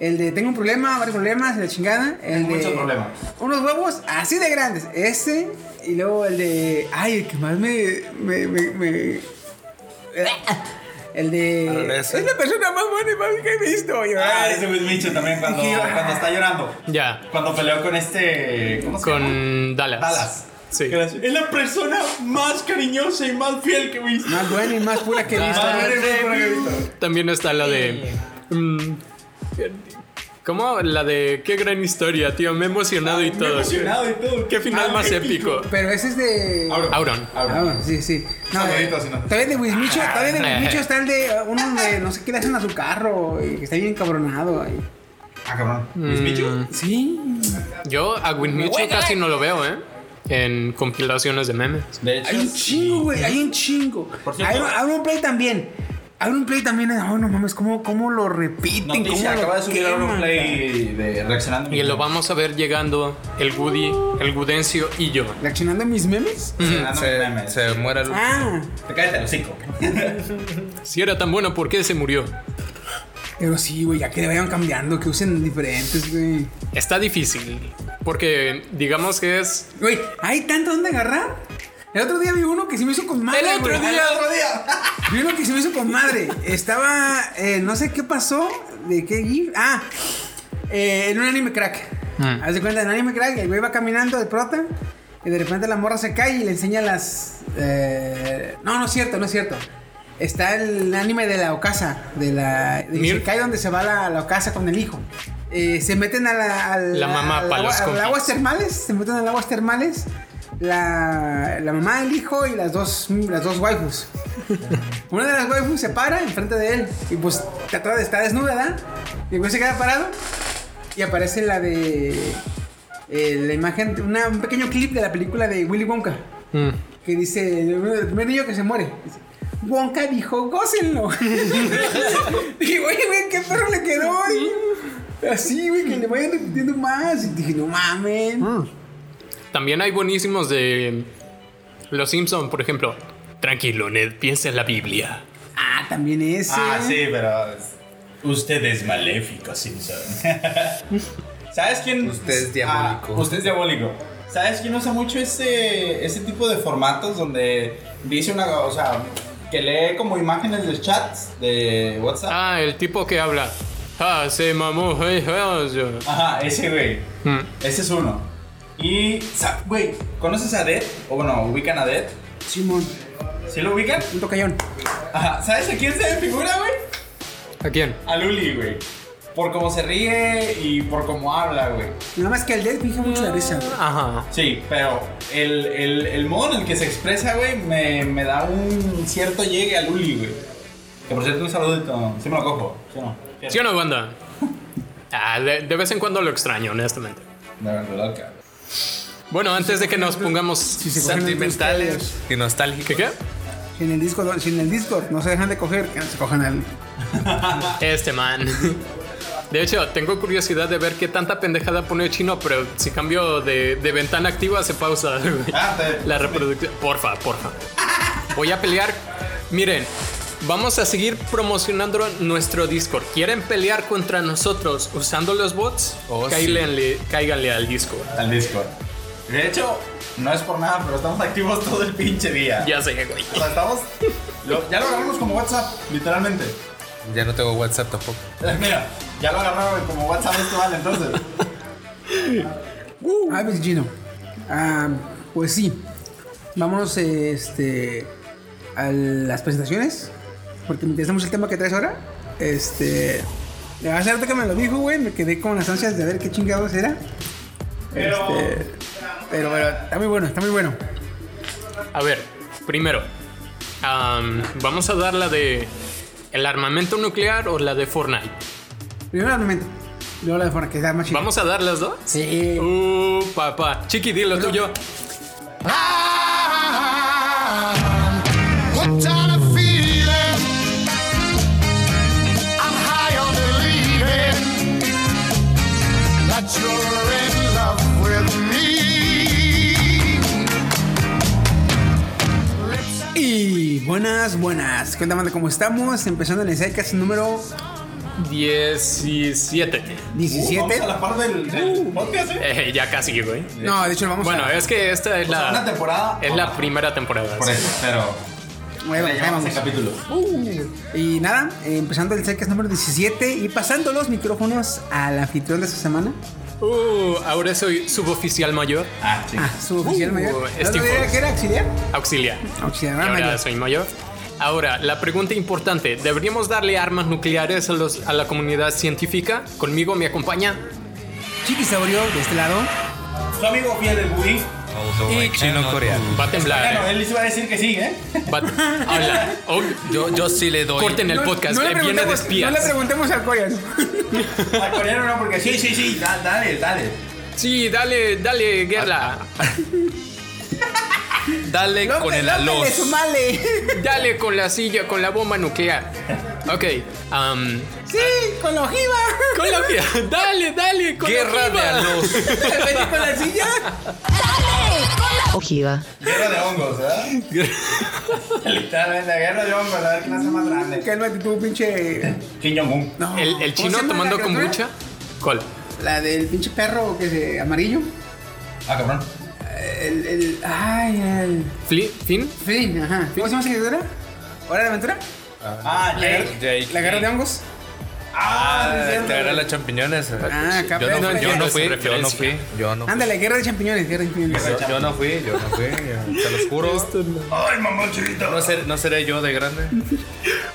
Speaker 3: El de tengo un problema, varios problemas, la chingada. El
Speaker 5: Tengo
Speaker 3: de
Speaker 5: muchos problemas.
Speaker 3: Unos huevos así de grandes. Ese. Y luego el de. Ay, el que más me. me, me, me- el de.
Speaker 4: Agradece.
Speaker 3: Es la persona más buena y más que he visto. Yo,
Speaker 5: Ah,
Speaker 3: ay,
Speaker 5: ese Will Mitchell también cuando,
Speaker 3: Dije yo, ah.
Speaker 5: cuando está llorando.
Speaker 2: Ya,
Speaker 5: Cuando peleó con este. ¿Cómo se llama?
Speaker 2: con Dallas.
Speaker 5: Dallas.
Speaker 2: Sí.
Speaker 5: Que era así, Es la persona más cariñosa y más fiel que he visto.
Speaker 3: Más buena y más pura que he visto.
Speaker 5: Más buena y más pura que he visto.
Speaker 2: También está la de. mm, ¿Cómo? La de qué gran historia, tío. Me he emocionado y
Speaker 5: Me he
Speaker 2: todo.
Speaker 5: emocionado y todo.
Speaker 2: Qué final
Speaker 5: Ah,
Speaker 2: más
Speaker 5: qué
Speaker 2: épico.
Speaker 3: Pero ese es de.
Speaker 5: Auron.
Speaker 2: Auron.
Speaker 3: Ah, bueno, sí, sí. No,
Speaker 5: Está
Speaker 3: eh,
Speaker 5: bonito, si no. Ah.
Speaker 3: También de Wismicho, también de Wismicho está el de uno de no sé qué le hacen a su carro, y que está bien cabronado.
Speaker 5: Ah, cabrón. ¿Es Mitchell?
Speaker 3: Sí.
Speaker 2: Yo a Winmichu casi no lo veo, ¿eh? En compilaciones de memes.
Speaker 5: De
Speaker 3: Hay un chingo, güey, hay un chingo.
Speaker 5: Por cierto-
Speaker 3: Hay un- hay un play también. Hay un play también. Ah, no mames, ¿cómo, cómo lo repiten?
Speaker 5: Noticia,
Speaker 3: ¿Cómo lo
Speaker 5: acaba de subir
Speaker 3: queman?
Speaker 5: ahora un play de reaccionando.
Speaker 2: Y lo vamos a ver llegando el Woody, el Gudencio y yo.
Speaker 3: ¿Reaccionando a mis memes?
Speaker 2: Mm,
Speaker 6: Se, se muera el.
Speaker 3: Ah,
Speaker 5: Te cállate el hocico.
Speaker 2: Si era tan bueno, ¿por qué se murió?
Speaker 3: pero sí, güey, ya que le vayan cambiando, que usen diferentes, güey.
Speaker 2: Está difícil. Porque digamos que es.
Speaker 3: Güey, hay tanto donde agarrar. El otro día vi uno que se me hizo con madre.
Speaker 2: El otro
Speaker 3: güey.
Speaker 2: día.
Speaker 3: Vi uno que se me hizo con madre. Estaba, eh, no sé qué pasó, de qué gif. Ah, eh, en un anime crack. Haz de cuenta, en un anime crack, el güey va caminando de prota. Y de repente la morra se cae y le enseña las. eh, No, no es cierto, no es cierto. Está el anime de la Ocasa, de la. de
Speaker 2: Mir-
Speaker 3: Isekai, donde se va la, la Ocasa con el hijo. Eh, se meten a la. a
Speaker 2: La mamá
Speaker 3: al
Speaker 2: pa'
Speaker 3: agua-
Speaker 2: los
Speaker 3: al
Speaker 2: compis.
Speaker 3: aguas termales, se meten al aguas termales. La, la mamá, el hijo y las dos, las dos waifus. Una de las waifus se para enfrente de él y pues trata de está desnuda, ¿verdad? Y el güey se queda parado y aparece la de. eh, la imagen, una- un pequeño clip de la película de Willy Wonka
Speaker 2: Mm.
Speaker 3: que dice uno del primer niño que se muere. dice, Wonka dijo, gócenlo. dije, güey, güey, qué perro le quedó. Y Así, güey, que le vayan repitiendo más. Y dije, no mames.
Speaker 2: También hay buenísimos de Los Simpson, por ejemplo. Tranquilo, Ned, piensa en la Biblia.
Speaker 3: Ah, también ese.
Speaker 5: Ah, sí, pero. es- Usted es maléfico, Simpson. ¿Sabes quién?
Speaker 6: Usted es diabólico.
Speaker 5: Ah, usted es diabólico. ¿Sabes quién usa mucho ese, ese tipo de formatos donde dice una. O sea, que lee como imágenes de chats de WhatsApp?
Speaker 2: Ah, el tipo que habla. Ah, se mamó. eh, ah, yo".
Speaker 5: Ajá, ese güey.
Speaker 2: Mm.
Speaker 5: Ese es uno. Y. sa- Güey, ¿conoces a Dead? O bueno, ¿ubican a Dead?
Speaker 3: Simón,
Speaker 5: ¿Sí lo ubican?
Speaker 3: un tocayón.
Speaker 5: Ajá. ¿Sabes a quién se me figura, güey?
Speaker 2: ¿A quién?
Speaker 5: A Luli, güey. Por cómo se ríe y por cómo habla, güey.
Speaker 3: Nada más que el dead me hizo mucho la risa.
Speaker 2: Ah.
Speaker 3: güey.
Speaker 2: Ajá.
Speaker 5: Sí, pero el, el, el modo en el que se expresa, güey, me, me da un cierto llegue a Luli, güey. Que por cierto, un saludito. Sí me lo cojo, ¿sí o no?
Speaker 2: ¿Sí o no, banda? Ah, de, de vez en cuando lo extraño, honestamente.
Speaker 5: De verdad, cabrón.
Speaker 2: Bueno, antes de que nos pongamos sentimentales.
Speaker 6: Y nostálgico.
Speaker 2: ¿Qué qué?
Speaker 3: Si en el Discord, si en el Discord no se dejan de coger, que no se cojan al.
Speaker 2: Este man. De hecho, tengo curiosidad de ver qué tanta pendejada pone chino, pero si cambio de, de ventana activa se pausa. güey.
Speaker 5: Ah, te-
Speaker 2: La reproducción. Porfa, porfa. Voy a pelear. Miren, vamos a seguir promocionando nuestro Discord. ¿Quieren pelear contra nosotros usando los bots?
Speaker 6: Oh, sí.
Speaker 2: cáiganle, cáiganle al Discord.
Speaker 5: Al Discord. De hecho, no es por nada, pero estamos activos todo el pinche día.
Speaker 2: Ya sé, güey.
Speaker 5: O sea, estamos. lo- ya lo agarramos como WhatsApp, literalmente.
Speaker 6: Ya no tengo WhatsApp tampoco.
Speaker 5: Mira, ya lo agarraron como WhatsApp esto vale, entonces.
Speaker 3: Ah, pues chino. Ah, pues sí. Vámonos este, a las presentaciones. Porque me interesa mucho el tema que traes ahora. Este. Hace rato que me lo dijo, güey. Me quedé con las ansias de ver qué chingados era.
Speaker 5: Pero-
Speaker 3: Este, pero, pero está muy bueno, está muy bueno.
Speaker 2: A ver, primero, am, vamos a dar la de el armamento nuclear o la de Fortnite.
Speaker 3: Primero el momento. Luego la de forma que está más chido.
Speaker 2: ¿Vamos a dar las dos?
Speaker 3: Sí.
Speaker 2: Uh, papá. Chiqui, di lo tuyo.
Speaker 7: Ah, What kind of feeling? I'm high on believing that you're in love with me.
Speaker 3: Y buenas, buenas. Cuéntame de cómo estamos. Empezando en el Sidecast número
Speaker 2: 17.
Speaker 3: 17.
Speaker 5: Vamos a la par del, del podcast, ¿eh?
Speaker 2: Eh, ya casi, güey.
Speaker 3: no, de hecho, vamos
Speaker 2: Bueno,
Speaker 3: a.
Speaker 2: es que esta es
Speaker 5: O sea, una
Speaker 2: la,
Speaker 5: temporada.
Speaker 2: es la primera temporada.
Speaker 5: Por
Speaker 2: sí.
Speaker 5: eso, pero.
Speaker 3: Ahí vamos,
Speaker 5: le
Speaker 3: ahí
Speaker 5: llamamos el
Speaker 3: vamos.
Speaker 5: capítulo.
Speaker 3: Uh. Y nada, eh, empezando el es número 17 y pasando los micrófonos al anfitrión de esta semana,
Speaker 2: Uh, ahora soy suboficial mayor,
Speaker 5: Ah, sí.
Speaker 3: a su oficial
Speaker 2: Uh,
Speaker 3: mayor.
Speaker 2: es
Speaker 3: ¿No
Speaker 2: tipo-
Speaker 3: diría que era auxiliar?
Speaker 2: auxiliar.
Speaker 3: Auxiliar
Speaker 2: Y ahora
Speaker 3: mayor.
Speaker 2: soy mayor. Ahora, la pregunta importante, ¿deberíamos darle armas nucleares a, los, a la comunidad científica? Conmigo me acompaña
Speaker 3: Chiquisaurio, de este lado.
Speaker 5: Su amigo fiel del Woody.
Speaker 3: Eh,
Speaker 6: Y chino coreano.
Speaker 2: Va a temblar.
Speaker 5: Bueno,
Speaker 2: eh.
Speaker 5: él les iba a decir que sí, ¿eh?
Speaker 2: Va a- Hola. Oh,
Speaker 6: Yo, yo sí le doy.
Speaker 2: corten el
Speaker 3: No-
Speaker 2: podcast.
Speaker 3: no le
Speaker 2: eh, viene de
Speaker 3: preguntemos-
Speaker 2: espías.
Speaker 3: No le preguntemos al Coyan.
Speaker 5: Al coreano no, porque sí, sí, sí. da- dale, dale.
Speaker 2: sí, dale, dale, guerra.
Speaker 6: Dale con el
Speaker 3: López,
Speaker 6: alos.
Speaker 3: sumale.
Speaker 2: Dale con la silla, con la bomba nuclear. Ok. am,
Speaker 3: Sí, con la ojiva.
Speaker 2: con la Dale, dale, con la
Speaker 6: Guerra de
Speaker 2: ojiva.
Speaker 6: alos.
Speaker 3: Vete con la silla.
Speaker 8: Ojiva.
Speaker 5: Guerra de hongos, ¿verdad? Literalmente, la guerra de hongos, a ver quién hace más grande.
Speaker 3: Cálmate tú, pinche.
Speaker 5: Kim Jong-un.
Speaker 3: No,
Speaker 2: El,
Speaker 3: ¿cómo
Speaker 2: el chino
Speaker 3: se llama
Speaker 2: tomando
Speaker 3: la criatura?
Speaker 2: kombucha. ¿Cuál?
Speaker 3: La del pinche perro que se, amarillo.
Speaker 5: Ah, cabrón.
Speaker 3: El, el, ay, el.
Speaker 2: Fli- ¿Fin?
Speaker 3: Fin, ajá. ¿Cómo se llama esa criatura? ¿Hora de aventura?
Speaker 5: Ah, Jared.
Speaker 3: ¿La guerra de hongos? Ah, sí,
Speaker 6: Ah,
Speaker 3: cierto.
Speaker 6: te agarran las champiñones. eh.
Speaker 3: Ah, acá,
Speaker 6: yo, no,
Speaker 3: pero
Speaker 6: yo, no
Speaker 2: entiendo
Speaker 6: fui,
Speaker 2: su
Speaker 6: yo no fui, yo no fui.
Speaker 3: Ándale, guerra de champiñones, guerra de champiñones.
Speaker 6: Yo, yo no fui, yo no fui. yo- Se los juro.
Speaker 5: Ay, mamón chiquito.
Speaker 6: No, ser- no seré yo de grande.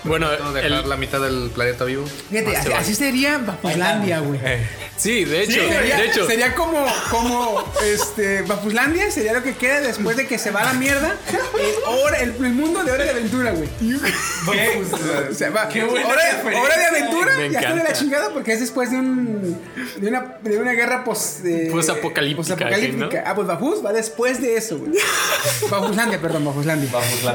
Speaker 2: Bueno,
Speaker 6: No
Speaker 2: el-
Speaker 6: dejar la mitad del planeta vivo.
Speaker 3: Fíjate, así, así sería Vapuslandia, güey.
Speaker 2: sí, Eh, de hecho,
Speaker 3: sería,
Speaker 2: de hecho,
Speaker 3: sería como, como este, Vapuslandia sería lo que queda después de que se va a la mierda el, hora- el, el mundo de Hora de Aventura, güey. O sea, va,
Speaker 5: Qué buena
Speaker 3: hora,
Speaker 5: referencia.
Speaker 3: Hora de Aventura
Speaker 2: Me
Speaker 3: ya está de la
Speaker 2: encanta.
Speaker 3: chingada porque es después de un de una, de una guerra pos, eh,
Speaker 2: Posapocalíptica,
Speaker 3: posapocalíptica.
Speaker 2: ¿no?
Speaker 3: Ah, pues Vapus va después de eso, güey. Vapuslandia, perdón, Vapuslandia.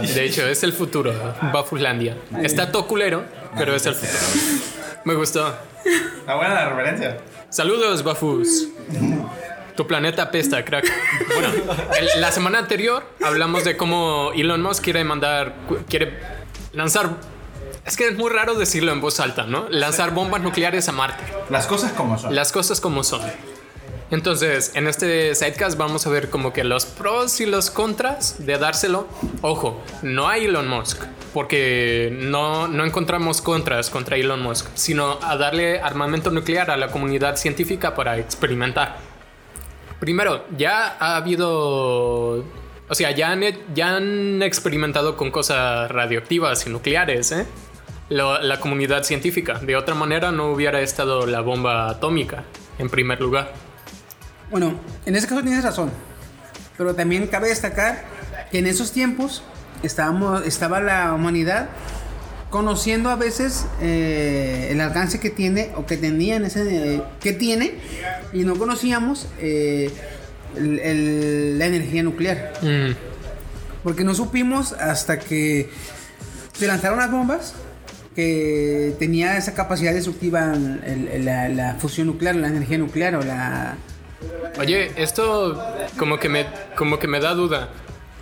Speaker 2: de hecho es el futuro, Bafuslandia. Está todo culero, pero es el futuro. Me gustó.
Speaker 5: Está buena la referencia.
Speaker 2: Saludos, Bafus. Tu planeta pesta, crack. Bueno, el- la semana anterior hablamos de cómo Elon Musk quiere mandar, quiere lanzar. Es que es muy raro decirlo en voz alta, ¿no? Lanzar bombas nucleares a Marte.
Speaker 5: Las cosas como son.
Speaker 2: Las cosas como son. Entonces, en este sidecast vamos a ver como que los pros y los contras de dárselo. Ojo, no a Elon Musk, porque no, no encontramos contras contra Elon Musk, sino a darle armamento nuclear a la comunidad científica para experimentar. Primero, ya ha habido... O sea, ya han, e, ya han experimentado con cosas radioactivas y nucleares, ¿eh? Lo- la comunidad científica. De otra manera no hubiera estado la bomba atómica, en primer lugar.
Speaker 3: Bueno, en ese caso tienes razón. Pero también cabe destacar que en esos tiempos estábamos, estaba la humanidad conociendo a veces eh, el alcance que tiene o que tenía en ese que tiene y no conocíamos eh, el- el- la energía nuclear
Speaker 2: Mm,
Speaker 3: porque no supimos hasta que se lanzaron las bombas que tenía esa capacidad destructiva el- el- la, la fusión nuclear, la energía nuclear o la
Speaker 2: Oye, esto como que, me, como que me da duda.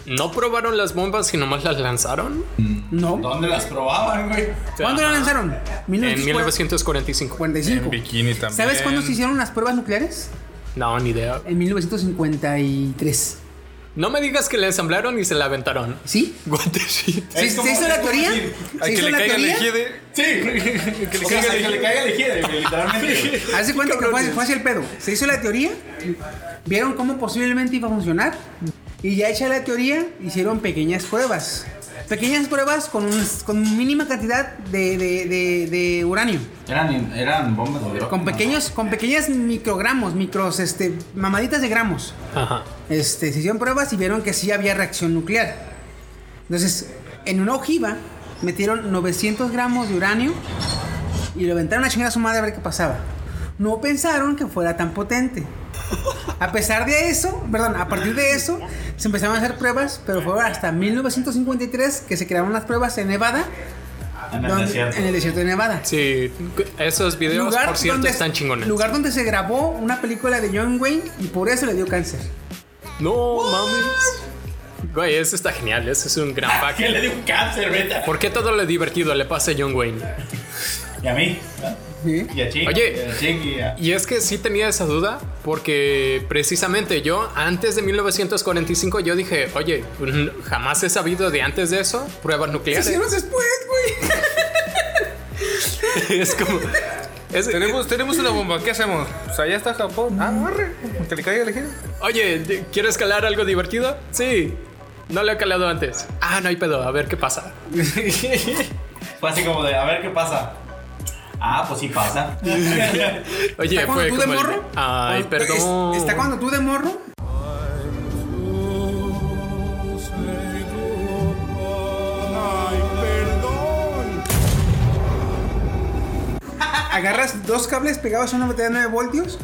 Speaker 2: ¿No probaron las bombas y nomás las lanzaron?
Speaker 3: no
Speaker 5: ¿Dónde las probaban, güey?
Speaker 3: ¿Cuándo la lanzaron?
Speaker 2: En 1945.
Speaker 3: 1945.
Speaker 6: bikini también.
Speaker 3: ¿Sabes cuándo se hicieron las pruebas nucleares?
Speaker 2: No, ni idea.
Speaker 3: En 1953.
Speaker 2: No me digas que la ensamblaron y se la aventaron.
Speaker 3: ¿Sí?
Speaker 2: What the shit.
Speaker 3: ¿Se,
Speaker 5: Es como-
Speaker 3: se hizo la
Speaker 5: es como
Speaker 3: teoría?
Speaker 5: decir,
Speaker 3: ¿Se hizo la teoría?
Speaker 6: ejide.
Speaker 5: Sí. que le caiga, que le caiga el ejide, güey, literalmente.
Speaker 3: Haz de cuenta que fue, fue así el pedo. Se hizo la teoría, vieron cómo posiblemente iba a funcionar y ya hecha la teoría hicieron pequeñas pruebas. Pequeñas pruebas con, un- con mínima cantidad de, de- de- de uranio.
Speaker 5: Eran, eran bombas de hidrógeno.
Speaker 3: Con pequeños, con pequeñas microgramos, micros, este, mamaditas de gramos.
Speaker 2: Ajá.
Speaker 3: este, se hicieron pruebas y vieron que sí había reacción nuclear. Entonces, en una ojiva metieron 900 gramos de uranio y lo aventaron a chingar a su madre a ver qué pasaba. No pensaron que fuera tan potente. A pesar de eso, perdón, a partir de eso, se empezaron a hacer pruebas, pero fue hasta 1953 que se crearon las pruebas en Nevada,
Speaker 5: En el
Speaker 3: donde-
Speaker 5: desierto.
Speaker 3: en el desierto de Nevada.
Speaker 2: Sí, esos videos, por cierto, están chingones.
Speaker 3: lugar donde se grabó una película de John Wayne y por eso le dio cáncer.
Speaker 2: No mames. Güey, eso está genial. Eso es un
Speaker 3: Ah,
Speaker 2: gran
Speaker 5: Que
Speaker 2: pack.
Speaker 5: le dio un cáncer, vete.
Speaker 2: ¿Por qué todo lo divertido le pasa a John Wayne?
Speaker 5: Y a mí.
Speaker 3: ¿Sí?
Speaker 5: Y a Chick.
Speaker 2: Oye.
Speaker 5: Y a Chick y a...
Speaker 2: Y es que sí tenía esa duda porque precisamente yo antes de 1945 yo dije, oye, mm, jamás he sabido de antes de eso pruebas nucleares.
Speaker 3: después, güey.
Speaker 2: es como... es-
Speaker 6: Tenemos, tenemos una bomba, ¿qué hacemos? Pues allá está Japón. Ah, arre, que le caiga el ejide.
Speaker 2: oye, ¿quieres calar algo divertido? Sí. No lo he calado antes. Ah, no hay pedo. A ver qué pasa.
Speaker 5: Fue así como de, a ver qué pasa. Ah, pues sí pasa.
Speaker 2: Oye,
Speaker 3: ¿Está cuando
Speaker 2: fue
Speaker 3: tú de
Speaker 2: como el-
Speaker 3: morro?
Speaker 2: Ay,
Speaker 3: Cuando-
Speaker 2: perdón.
Speaker 3: es- ¿Está cuando tú de morro? Agarras dos cables pegados a una batería de 9 voltios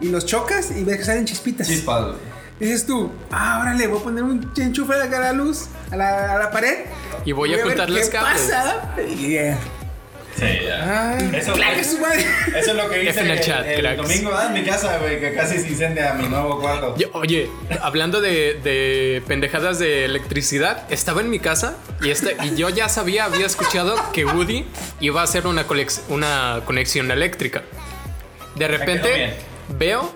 Speaker 3: y los chocas y ves que salen chispitas.
Speaker 5: Chispas, güey.
Speaker 3: Dices tú, ah, órale, voy a poner un enchufe acá a la luz, a la, a la pared.
Speaker 2: Y voy a
Speaker 3: ver
Speaker 2: juntar los
Speaker 3: ¿Qué
Speaker 2: cables".
Speaker 3: pasa? Yeah.
Speaker 5: Sí, ya. Eso,
Speaker 3: ¡Clac, su madre!
Speaker 5: eso es lo que hice
Speaker 2: en el
Speaker 5: el,
Speaker 2: chat,
Speaker 5: el
Speaker 2: cracks.
Speaker 5: domingo ah, en mi casa, güey, que casi se incendia mi nuevo cuarto.
Speaker 2: Yo- Oye, hablando de, de pendejadas de electricidad, estaba en mi casa y, este, y yo ya sabía, había escuchado que Woody iba a hacer una, colex- una conexión eléctrica.
Speaker 6: Ah,
Speaker 2: De
Speaker 5: quedó
Speaker 2: repente
Speaker 5: bien.
Speaker 2: veo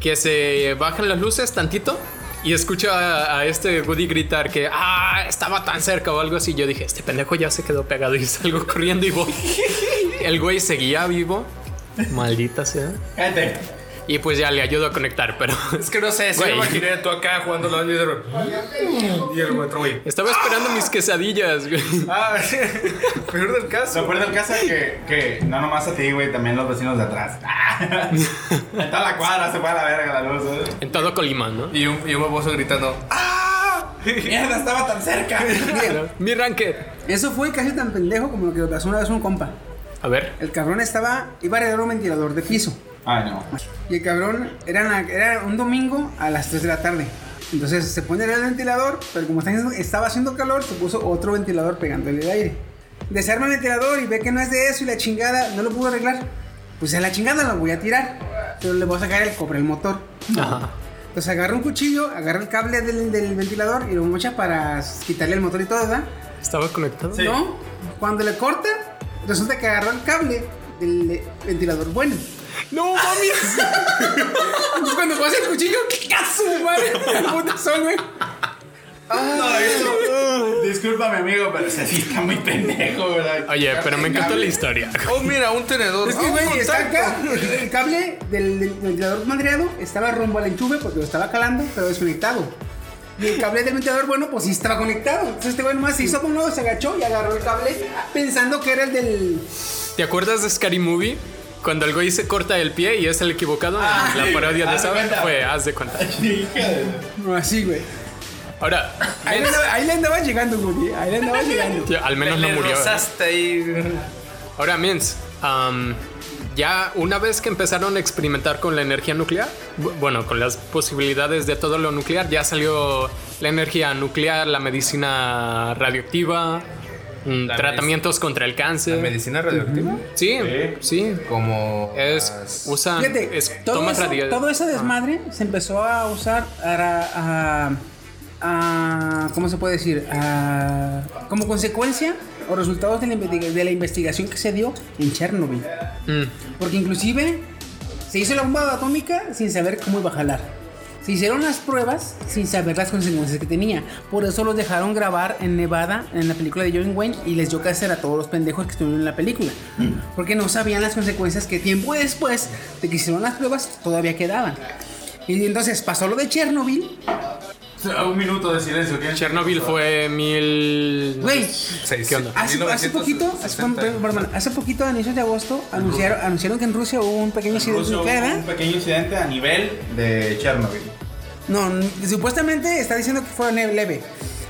Speaker 2: que se bajan las luces tantito y escucho a, a este Woody gritar que ah, estaba tan cerca o algo así. Yo dije, este pendejo ya se quedó pegado y salgo corriendo y voy. el güey seguía vivo. Maldita sea.
Speaker 5: Cállate.
Speaker 2: Y pues ya le ayudo a conectar, pero
Speaker 6: Es que no sé, si me
Speaker 2: Güey.
Speaker 6: imaginé tú acá jugando la y de- y el otro güey.
Speaker 2: estaba esperando mis quesadillas, güey.
Speaker 6: Ah, peor del
Speaker 5: ¿Se
Speaker 6: caso.
Speaker 5: acuerda el caso que, que no nomás a ti, güey, también los vecinos de atrás? en toda la cuadra se fue a la verga la luz, ¿eh?
Speaker 2: En todo Colima, ¿no?
Speaker 6: Y un, y un baboso gritando.
Speaker 5: ¡Mierda, estaba tan cerca!
Speaker 2: Mi ranque.
Speaker 3: Eso fue casi tan pendejo como lo que le pasó una vez a un compa.
Speaker 2: A ver.
Speaker 3: El cabrón estaba, iba a arreglar un ventilador de piso.
Speaker 5: Ay, no.
Speaker 3: Y el cabrón era, la- era un domingo a las 3 de la tarde. Entonces se pone el ventilador, pero como está haciendo- estaba haciendo calor, se puso otro ventilador pegándole el aire. Desarma el ventilador y ve que no es de eso y la chingada no lo pudo arreglar. Pues a la chingada lo voy a tirar, pero le voy a sacar el cobre al motor.
Speaker 2: Ajá.
Speaker 3: Entonces agarra un cuchillo, agarra el cable del, del ventilador y lo mocha para quitarle el motor y todo, ¿verdad?
Speaker 2: ¿Estaba conectado?
Speaker 3: ¿No? Cuando le corta, resulta que agarró el cable del ventilador bueno.
Speaker 2: No, mami.
Speaker 3: Entonces, Cuando pasa el cuchillo, ¡casu, madre! El putazón, güey.
Speaker 5: No, eso- Disculpa, mi amigo, pero ese sí está muy pendejo, ¿verdad?
Speaker 2: Oye, pero me encantó la historia.
Speaker 6: Oh, mira, un tenedor.
Speaker 3: Es que,
Speaker 6: Ah,
Speaker 3: güey, está
Speaker 6: contacto.
Speaker 3: acá. El, el cable del, del ventilador madreado estaba rumbo al enchufe porque lo estaba calando, pero desconectado. Y el cable del ventilador bueno, pues sí estaba conectado. Entonces este güey nomás se hizo con un lado, se agachó y agarró el cable pensando que era el del.
Speaker 2: ¿Te acuerdas de Scary Movie? Cuando el güey se corta el pie y es el equivocado, en la parodia de
Speaker 5: Ah, haz de
Speaker 2: Saben
Speaker 5: cuenta.
Speaker 2: fue haz de cuenta.
Speaker 5: Hija de-
Speaker 3: No, así, güey.
Speaker 2: Ahora,
Speaker 3: Ahí, le
Speaker 2: ven,
Speaker 3: andaba- ahí le andaba llegando, güey. Ahí le andaba llegando.
Speaker 2: tío, al menos no
Speaker 6: Le
Speaker 2: murió. ¿eh?
Speaker 6: rozaste ahí.
Speaker 2: Ahora, Mins, am, ya una vez que empezaron a experimentar con la energía nuclear, bu- bueno, con las posibilidades de todo lo nuclear, ya salió la energía nuclear, la medicina radioactiva, mm,
Speaker 6: La
Speaker 2: tratamientos contra el cáncer.
Speaker 6: ¿Medicina radioactiva?
Speaker 2: sí, sí.
Speaker 6: Como.
Speaker 2: Es,
Speaker 6: las-
Speaker 2: usan
Speaker 3: Fíjate,
Speaker 2: es-
Speaker 3: todo,
Speaker 2: tomas
Speaker 3: eso,
Speaker 2: radio-
Speaker 3: todo ese desmadre se empezó a usar a, a- a- ¿Cómo se puede decir? A- como consecuencia o resultados de la, investiga- de la investigación que se dio en Chernobyl.
Speaker 2: Mm,
Speaker 3: Porque inclusive se hizo la bomba atómica sin saber cómo iba a jalar. Se hicieron las pruebas sin saber las consecuencias que tenía. Por eso los dejaron grabar en Nevada, en la película de John Wayne, y les dio cáncer a todos los pendejos que estuvieron en la película. Porque no sabían las consecuencias que tiempo después de que hicieron las pruebas todavía quedaban. Y entonces pasó lo de Chernobyl.
Speaker 5: Un minuto de silencio, ¿qué?
Speaker 2: Chernobyl fue mil.
Speaker 3: Güey,
Speaker 6: Seis-
Speaker 2: ¿Qué onda?
Speaker 3: Hace, hace poquito, hace,
Speaker 6: 1960.
Speaker 3: perdón, perdón, hace poquito, a inicios de agosto, anunciaron, anunciaron que en Rusia hubo un pequeño incidente
Speaker 5: Incluso
Speaker 3: nuclear, ¿verdad?
Speaker 5: un pequeño incidente a nivel de Chernobyl.
Speaker 3: No, n- supuestamente está diciendo que fue ne- leve.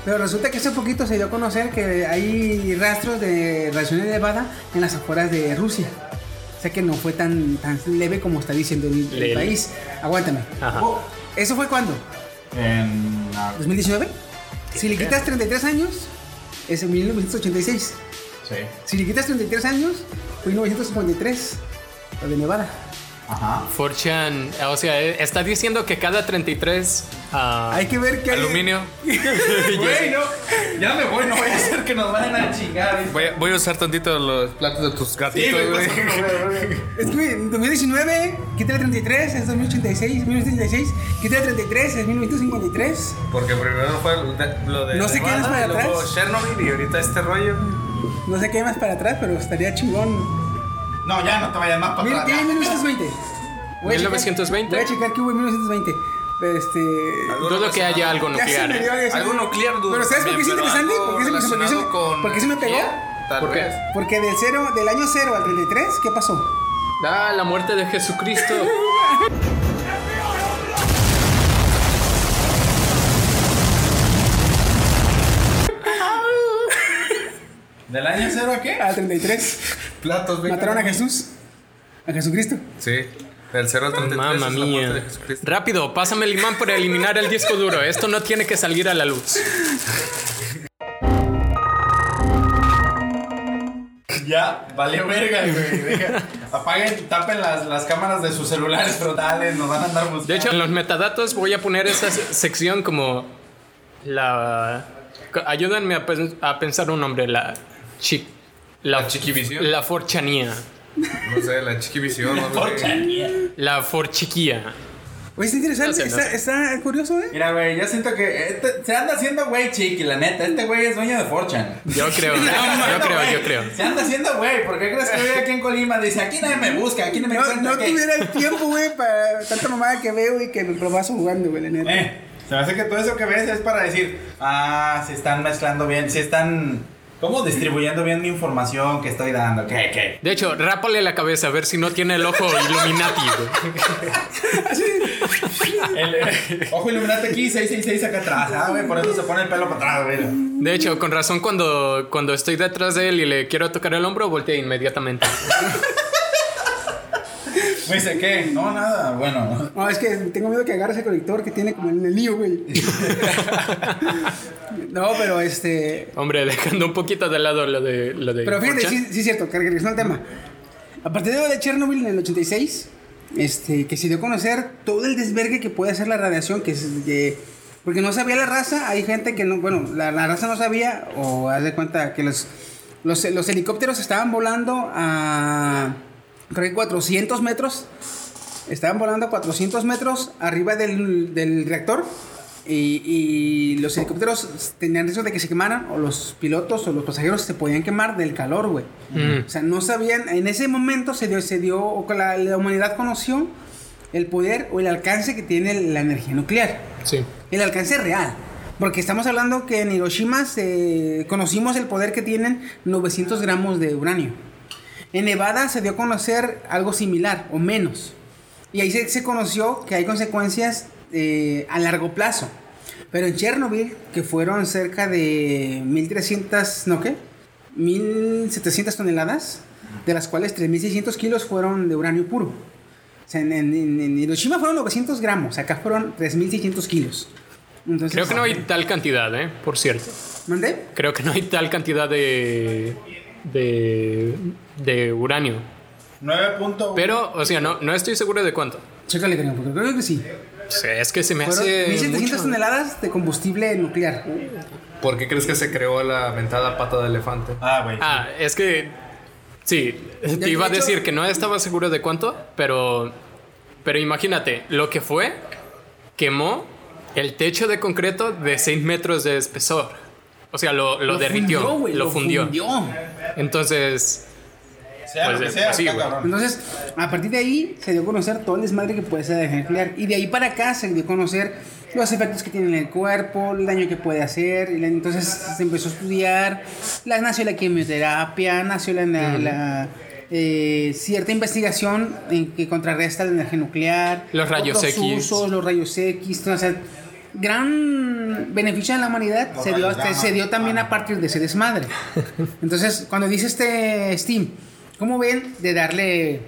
Speaker 3: Pero resulta que hace poquito se dio a conocer que hay rastros de radiación elevada en las afueras de Rusia. O sea que no fue tan, tan leve como está diciendo el, el
Speaker 2: Leve. Ah.
Speaker 3: país. Aguántame.
Speaker 2: Ajá.
Speaker 3: Oh, ¿Eso fue cuándo?
Speaker 5: En... ah,
Speaker 3: ¿2019? Si le quitas 33 años, es en 1986.
Speaker 5: Sí.
Speaker 3: Si le quitas 33 años, fue 1953. Lo de Nevada.
Speaker 5: Ajá.
Speaker 2: Forchan, o sea, eh, está diciendo que cada 33 ah,
Speaker 3: Hay que ver que... hay-
Speaker 6: Aluminio.
Speaker 5: Güey, no. Ya me voy, no voy a hacer que nos vayan a chingar.
Speaker 6: Voy a, voy a usar tantito los platos de tus
Speaker 5: Sí,
Speaker 6: gatitos,
Speaker 5: güey,
Speaker 6: güey.
Speaker 5: pues, güey, güey.
Speaker 3: Es que en 2019, quítale 33, es 2086, 1986, quítale 33, es 1953.
Speaker 6: Porque primero fue lo de.
Speaker 3: No sé qué es
Speaker 6: Nevada,
Speaker 3: para
Speaker 6: y luego
Speaker 3: atrás.
Speaker 6: Chernobyl y ahorita este rollo.
Speaker 3: No sé qué hay más para atrás, pero estaría chingón.
Speaker 5: No, ya no te vayas más para
Speaker 3: Mira, ¿qué hay en
Speaker 5: atrás.
Speaker 3: 1920? Voy a checar-
Speaker 2: 1920.
Speaker 3: Voy a checar que hubo en 1920. Este.
Speaker 2: dudo que haya algo
Speaker 3: ya se me dio,
Speaker 2: nuclear. ¿eh?
Speaker 3: Ah, ya se me-
Speaker 6: Algo nuclear, dude.
Speaker 3: Pero ¿sabes por qué es
Speaker 6: Pero
Speaker 3: interesante?
Speaker 6: algo
Speaker 3: ¿Por qué se me, por qué se me-
Speaker 6: relacionado con
Speaker 3: por qué se me pegó?
Speaker 6: energía, Tal
Speaker 2: ¿Por qué?
Speaker 6: vez.
Speaker 3: Porque del, cero, del año 0 al 33, ¿qué pasó?
Speaker 2: Da la muerte de Jesucristo.
Speaker 5: ¿Del año cero a qué?
Speaker 3: Al 33,
Speaker 6: Platos, güey.
Speaker 3: mataron a Jesús. A Jesucristo.
Speaker 6: Sí. Del 0 al 33.
Speaker 2: Mamma
Speaker 6: es la muerte de
Speaker 2: mía.
Speaker 6: Jesucristo.
Speaker 2: Rápido, pásame el imán para eliminar el disco duro. Esto no tiene que salir a la luz.
Speaker 5: Ya, valió verga, güey. Deja- Apaguen, y tapen las, las cámaras de sus celulares frotales, nos van a andar buscando.
Speaker 2: De hecho, en los metadatos voy a poner esa se- sección como la. co- Ayúdenme a, pens- a pensar un nombre. La. chi- la,
Speaker 6: La chiquivisión.
Speaker 2: La forchanía.
Speaker 6: No sé, la chiquivisión. no sé.
Speaker 2: La forchiquía.
Speaker 3: Oye, está interesante,
Speaker 2: No sé, no
Speaker 3: está, está curioso, ¿eh?
Speaker 5: Mira, güey, yo siento que este- se anda haciendo güey chiqui, la neta. Este güey es dueño de Forchan.
Speaker 2: Yo creo,
Speaker 5: Se anda
Speaker 2: yo
Speaker 5: haciendo
Speaker 2: creo,
Speaker 5: güey.
Speaker 2: yo creo.
Speaker 5: Se anda haciendo güey. ¿Por qué crees que hoy aquí en Colima dice aquí nadie me busca, aquí no me
Speaker 3: No,
Speaker 5: encuentra?
Speaker 3: no
Speaker 5: ok?
Speaker 3: tuviera el tiempo, güey, para tanta mamada que veo y que me probazo jugando, güey, la neta.
Speaker 5: Eh, se me hace que todo eso que ves es para decir, ah, se están mezclando bien, se están, ¿cómo? Distribuyendo bien mi información que estoy dando. ¿Qué, qué?
Speaker 2: De hecho, rápale la cabeza a ver si no tiene el ojo Illuminati, güey.
Speaker 5: El- eh, ojo, iluminate aquí, 666 acá atrás. Ah, güey, por eso se pone el pelo para atrás, güey.
Speaker 2: De hecho, con razón cuando, cuando estoy detrás de él y le quiero tocar el hombro, voltea inmediatamente.
Speaker 5: Me dice, ¿qué? No, nada, bueno.
Speaker 3: No, es que tengo miedo que agarre ese conector que tiene como en el lío, güey. no, pero este.
Speaker 2: Hombre, dejando un poquito de lado lo de... Lo de
Speaker 3: Pero fíjate,
Speaker 2: 4chan.
Speaker 3: sí, sí es cierto, que regresando al tema. A partir de lo de Chernobyl en el 86, este, que se dio a conocer todo el desvergue que puede hacer la radiación, que es que- Porque no sabía la raza, hay gente que no, bueno, la, la raza no sabía, o haz de cuenta que los, los, los helicópteros estaban volando a, creo que 400 metros, estaban volando a 400 metros arriba del, del reactor y, y los helicópteros tenían riesgo de que se quemaran o los pilotos o los pasajeros se podían quemar del calor, güey.
Speaker 2: Mm,
Speaker 3: O sea, no sabían, en ese momento se dio, se dio o que la, la humanidad conoció el poder o el alcance que tiene la energía nuclear.
Speaker 2: Sí.
Speaker 3: El alcance real. Porque estamos hablando que en Hiroshima se- conocimos el poder que tienen 900 gramos de uranio. En Nevada se dio a conocer algo similar o menos. Y ahí se, se conoció que hay consecuencias eh, a largo plazo. Pero en Chernobyl, que fueron cerca de 1.300, ¿no qué? 1.700 toneladas, de las cuales 3.600 kilos fueron de uranio puro. O sea, en, en- en- en Hiroshima fueron 900 gramos, acá fueron 3.600 kilos. Entonces,
Speaker 2: Creo que no hay tal cantidad, ¿eh? Por cierto.
Speaker 3: ¿Mandé?
Speaker 2: Creo que no hay tal cantidad de... de... de uranio.
Speaker 5: 9.1.
Speaker 2: Pero, o sea, no, no estoy seguro de cuánto.
Speaker 3: Chécale, creo, porque creo que sí.
Speaker 2: Sí, es que se me
Speaker 3: Fueron
Speaker 2: hace
Speaker 3: 1.700
Speaker 2: mucho.
Speaker 3: toneladas de combustible nuclear.
Speaker 6: ¿Por qué crees que se creó la mentada pata de elefante?
Speaker 5: Ah, güey.
Speaker 2: Ah, es que sí, te
Speaker 3: de
Speaker 2: iba a
Speaker 3: hecho-
Speaker 2: decir que no estaba seguro de cuánto, pero pero imagínate, lo que fue quemó el techo de concreto de 6 metros de espesor. O sea, lo, lo derritió,
Speaker 3: fundió, güey,
Speaker 2: lo, fundió.
Speaker 3: fundió.
Speaker 2: Entonces,
Speaker 5: sea lo
Speaker 2: pues,
Speaker 5: que sea,
Speaker 2: pues sí,
Speaker 5: está
Speaker 2: güey.
Speaker 5: cabrón.
Speaker 3: Entonces, a partir de ahí se dio a conocer todo el desmadre que puede ser la energía nuclear. Y de ahí para acá se dio a conocer los efectos que tiene en el cuerpo, el daño que puede hacer. y la- Entonces se empezó a estudiar. La, nació la quimioterapia, nació la, la- la, eh, cierta investigación en que contrarresta la energía nuclear.
Speaker 2: Los rayos
Speaker 3: otros
Speaker 2: X.
Speaker 3: usos, los rayos X. O sea, gran beneficio de la humanidad
Speaker 5: Los
Speaker 3: se dio,
Speaker 5: rayos gamma.
Speaker 3: se dio también a partir de ese desmadre. Entonces, cuando dice este Steam, ¿cómo ven de darle...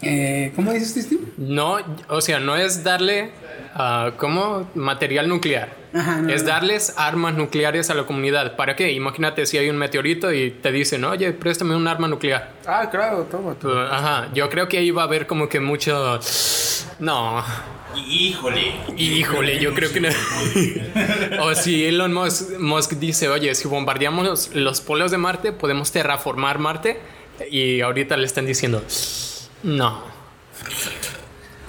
Speaker 3: eh, ¿Cómo dice este Steam?
Speaker 2: no, o sea, no es darle ah, como material nuclear.
Speaker 3: Ajá, no,
Speaker 2: es
Speaker 3: no.
Speaker 2: darles armas nucleares a la comunidad. ¿Para qué? Imagínate si hay un meteorito y te dicen, oye, préstame un arma nuclear.
Speaker 6: Ah, claro, toma.
Speaker 2: Pues, Ajá, yo creo que ahí va a haber como que mucho... No,
Speaker 5: Híjole.
Speaker 2: híjole, yo creo que no. o si Elon Musk, Musk dice, oye, si bombardeamos los, los polos de Marte, podemos terraformar Marte. Y ahorita le están diciendo, no.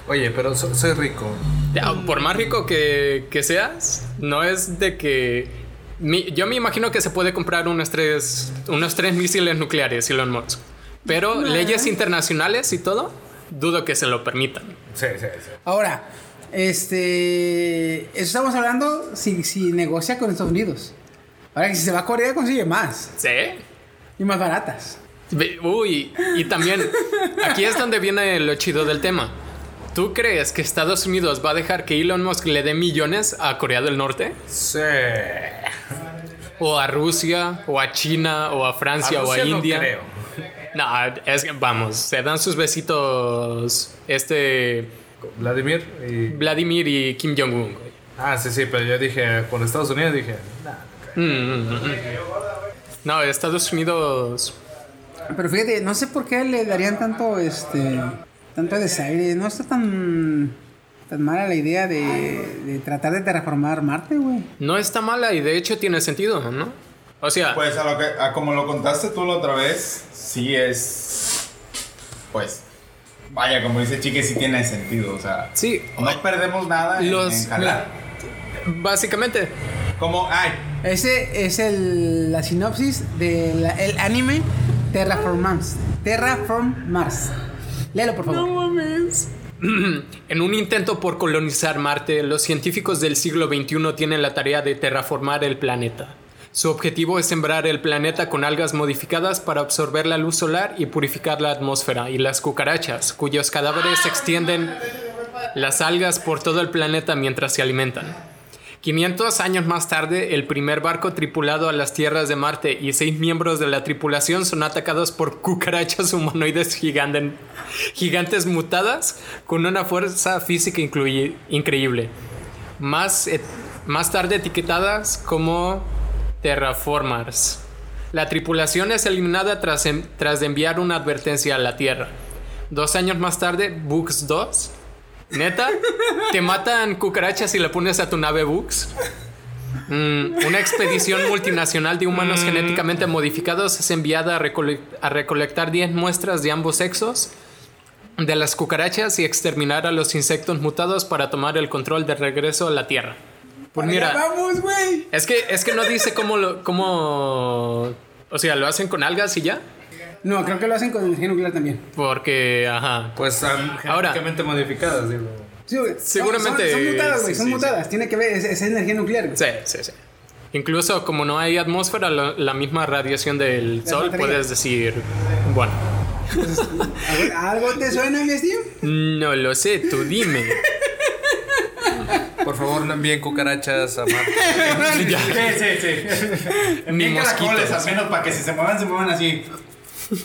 Speaker 6: Oye, pero so- soy rico.
Speaker 2: Ya, ah, Por más rico que, que seas, no es de que... mi- yo me imagino que se puede comprar unos tres, unos tres misiles nucleares, Elon Musk. Pero leyes internacionales y todo, dudo que se lo permitan.
Speaker 6: Sí, sí, sí.
Speaker 3: Ahora, este... Eso estamos hablando si, si negocia con Estados Unidos. Ahora que si se va a Corea consigue más
Speaker 2: ¿Sí?
Speaker 3: y más baratas.
Speaker 2: Ve- Uy, y también aquí es donde viene lo chido del tema. ¿Tú crees que Estados Unidos va a dejar que Elon Musk le dé millones a Corea del Norte? ¿O a Rusia? ¿O a China? ¿O a Francia?
Speaker 6: A
Speaker 2: ¿O a
Speaker 6: Rusia Ah, pues no
Speaker 2: India?
Speaker 6: creo.
Speaker 2: No, es que vamos, se dan sus besitos este
Speaker 6: Vladimir y...
Speaker 2: Vladimir y Kim Jong-un. güey.
Speaker 6: Ah, sí, sí, pero yo dije, con Estados Unidos dije...
Speaker 2: Mm, mm, mm. No, Estados Unidos...
Speaker 3: Pero fíjate, no sé por qué le darían tanto, este, tanto desaire. No está tan, tan mala la idea de, de tratar de terraformar Marte, güey.
Speaker 2: No está mala y de hecho tiene sentido, ¿no? O sea...
Speaker 5: Pues a lo que, a como lo contaste tú la otra vez, sí es. Pues. Vaya, como dice Chique, sí tiene sentido. O sea,
Speaker 2: Sí,
Speaker 5: no perdemos nada en-
Speaker 2: Los-
Speaker 5: en jalar.
Speaker 2: básicamente.
Speaker 5: Como, ay,
Speaker 3: Ese es el, la sinopsis del el anime Terraform Mars. Terraform Mars. Léelo, por favor.
Speaker 2: En un intento por colonizar Marte, los científicos del siglo XXI tienen la tarea de terraformar el planeta. Su objetivo es sembrar el planeta con algas modificadas para absorber la luz solar y purificar la atmósfera y las cucarachas, cuyos cadáveres se extienden las algas por todo el planeta mientras se alimentan. 500 años más tarde, el primer barco tripulado a las tierras de Marte y seis miembros de la tripulación son atacados por cucarachas humanoides giganten- gigantes mutadas con una fuerza física incluye- increíble. Más, et- más tarde etiquetadas como terraformers. La tripulación es eliminada tras, en- tras de enviar una advertencia a la Tierra. Dos años más tarde, Books 2 Neta, te matan cucarachas y la pones a tu nave Bux. Mm, una expedición multinacional de humanos genéticamente modificados es enviada a, recole- a recolectar 10 muestras de ambos sexos de las cucarachas y exterminar a los insectos mutados para tomar el control de regreso a la Tierra. Pues
Speaker 3: Allá
Speaker 2: mira,
Speaker 3: vamos, güey.
Speaker 2: es que, es que no dice cómo lo. Cómo, o sea, lo hacen con algas y ya.
Speaker 3: No, creo que lo hacen con energía nuclear también.
Speaker 2: Porque, ajá.
Speaker 4: Pues um,
Speaker 2: Ahora.
Speaker 4: genéticamente modificadas, digo.
Speaker 3: Sí, güey. Son-
Speaker 2: Seguramente,
Speaker 3: Son, son mutadas, güey.
Speaker 2: sí,
Speaker 3: son
Speaker 2: sí,
Speaker 3: mutadas. Tiene que ver, es, es energía nuclear. güey.
Speaker 2: Sí, sí, sí. Incluso como no hay atmósfera, lo- la misma radiación del
Speaker 3: La
Speaker 2: sol,
Speaker 3: batería.
Speaker 2: puedes decir, bueno,
Speaker 3: Algo- ¿Algo te suena, mi Steve?
Speaker 2: no lo sé, tú dime.
Speaker 4: Por favor, no envíen cucarachas a Marte.
Speaker 5: sí, sí, sí. Envíen caracoles
Speaker 2: mosquitos.
Speaker 5: al menos para que si se muevan, se muevan así. O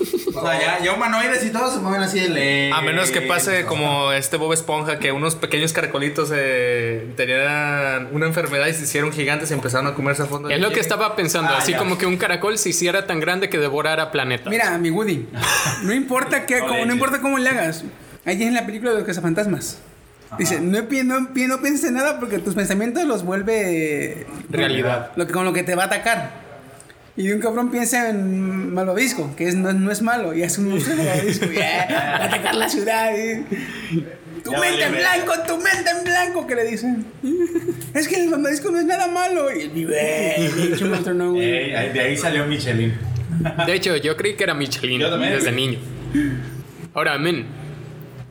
Speaker 5: sea, ya, ya humanoides y todos se mueven así de ley.
Speaker 6: A menos
Speaker 5: Eh,
Speaker 6: que
Speaker 5: pues,
Speaker 6: pase como este Bob Esponja, que unos pequeños caracolitos eh, tenían una enfermedad y se hicieron gigantes y empezaron a comerse a fondo.
Speaker 2: Es lo que estaba pensando,
Speaker 5: Ah,
Speaker 2: así
Speaker 5: ya.
Speaker 2: como que un caracol se hiciera tan grande que devorara planetas.
Speaker 3: Mira, mi Woody. No importa, que,
Speaker 5: No
Speaker 3: cómo,
Speaker 5: le
Speaker 3: no
Speaker 5: eches.
Speaker 3: importa cómo le hagas. Ahí es en la película de los cazafantasmas. Dice, no, pi- no, pi- no pienses en nada porque tus pensamientos los vuelve...
Speaker 2: Realidad.
Speaker 3: Lo que, con lo que te va a atacar. Y un cabrón piensa en malvavisco, que es, no, no es malo, y hace un monstruo de malvavisco. y, "Eh, va a atacar la ciudad. eh". Tu mente
Speaker 5: Ya valió
Speaker 3: en
Speaker 5: verga.
Speaker 3: blanco, tu mente en blanco, que le dicen. es que el malvavisco no es nada malo. Y el "Güey, pinche monstruo no, güey".
Speaker 5: Ey, ahí- de ahí salió Michelin.
Speaker 2: De hecho, yo creí que era Michelin
Speaker 5: Yo también,
Speaker 2: desde
Speaker 5: güey.
Speaker 2: niño. Ahora, men,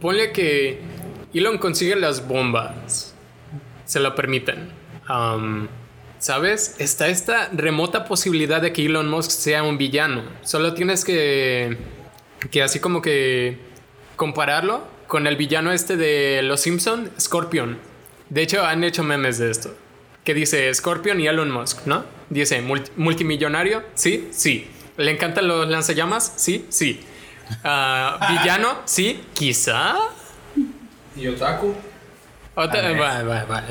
Speaker 2: ponle que Elon consigue las bombas. Se lo permiten. Am, ¿Sabes? Está esta remota posibilidad de que Elon Musk sea un villano. Solo tienes que. que así como que. compararlo con el villano este de Los Simpson, Scorpion. De hecho, han hecho memes de esto. Que dice Scorpion y Elon Musk, ¿no? Dice, "Multi- multimillonario, sí, sí. ¿Le encantan los lanzallamas? Sí, sí. Ah, ¿Villano? Sí, quizá.
Speaker 4: Y Otaku.
Speaker 2: Otra, va, va, va.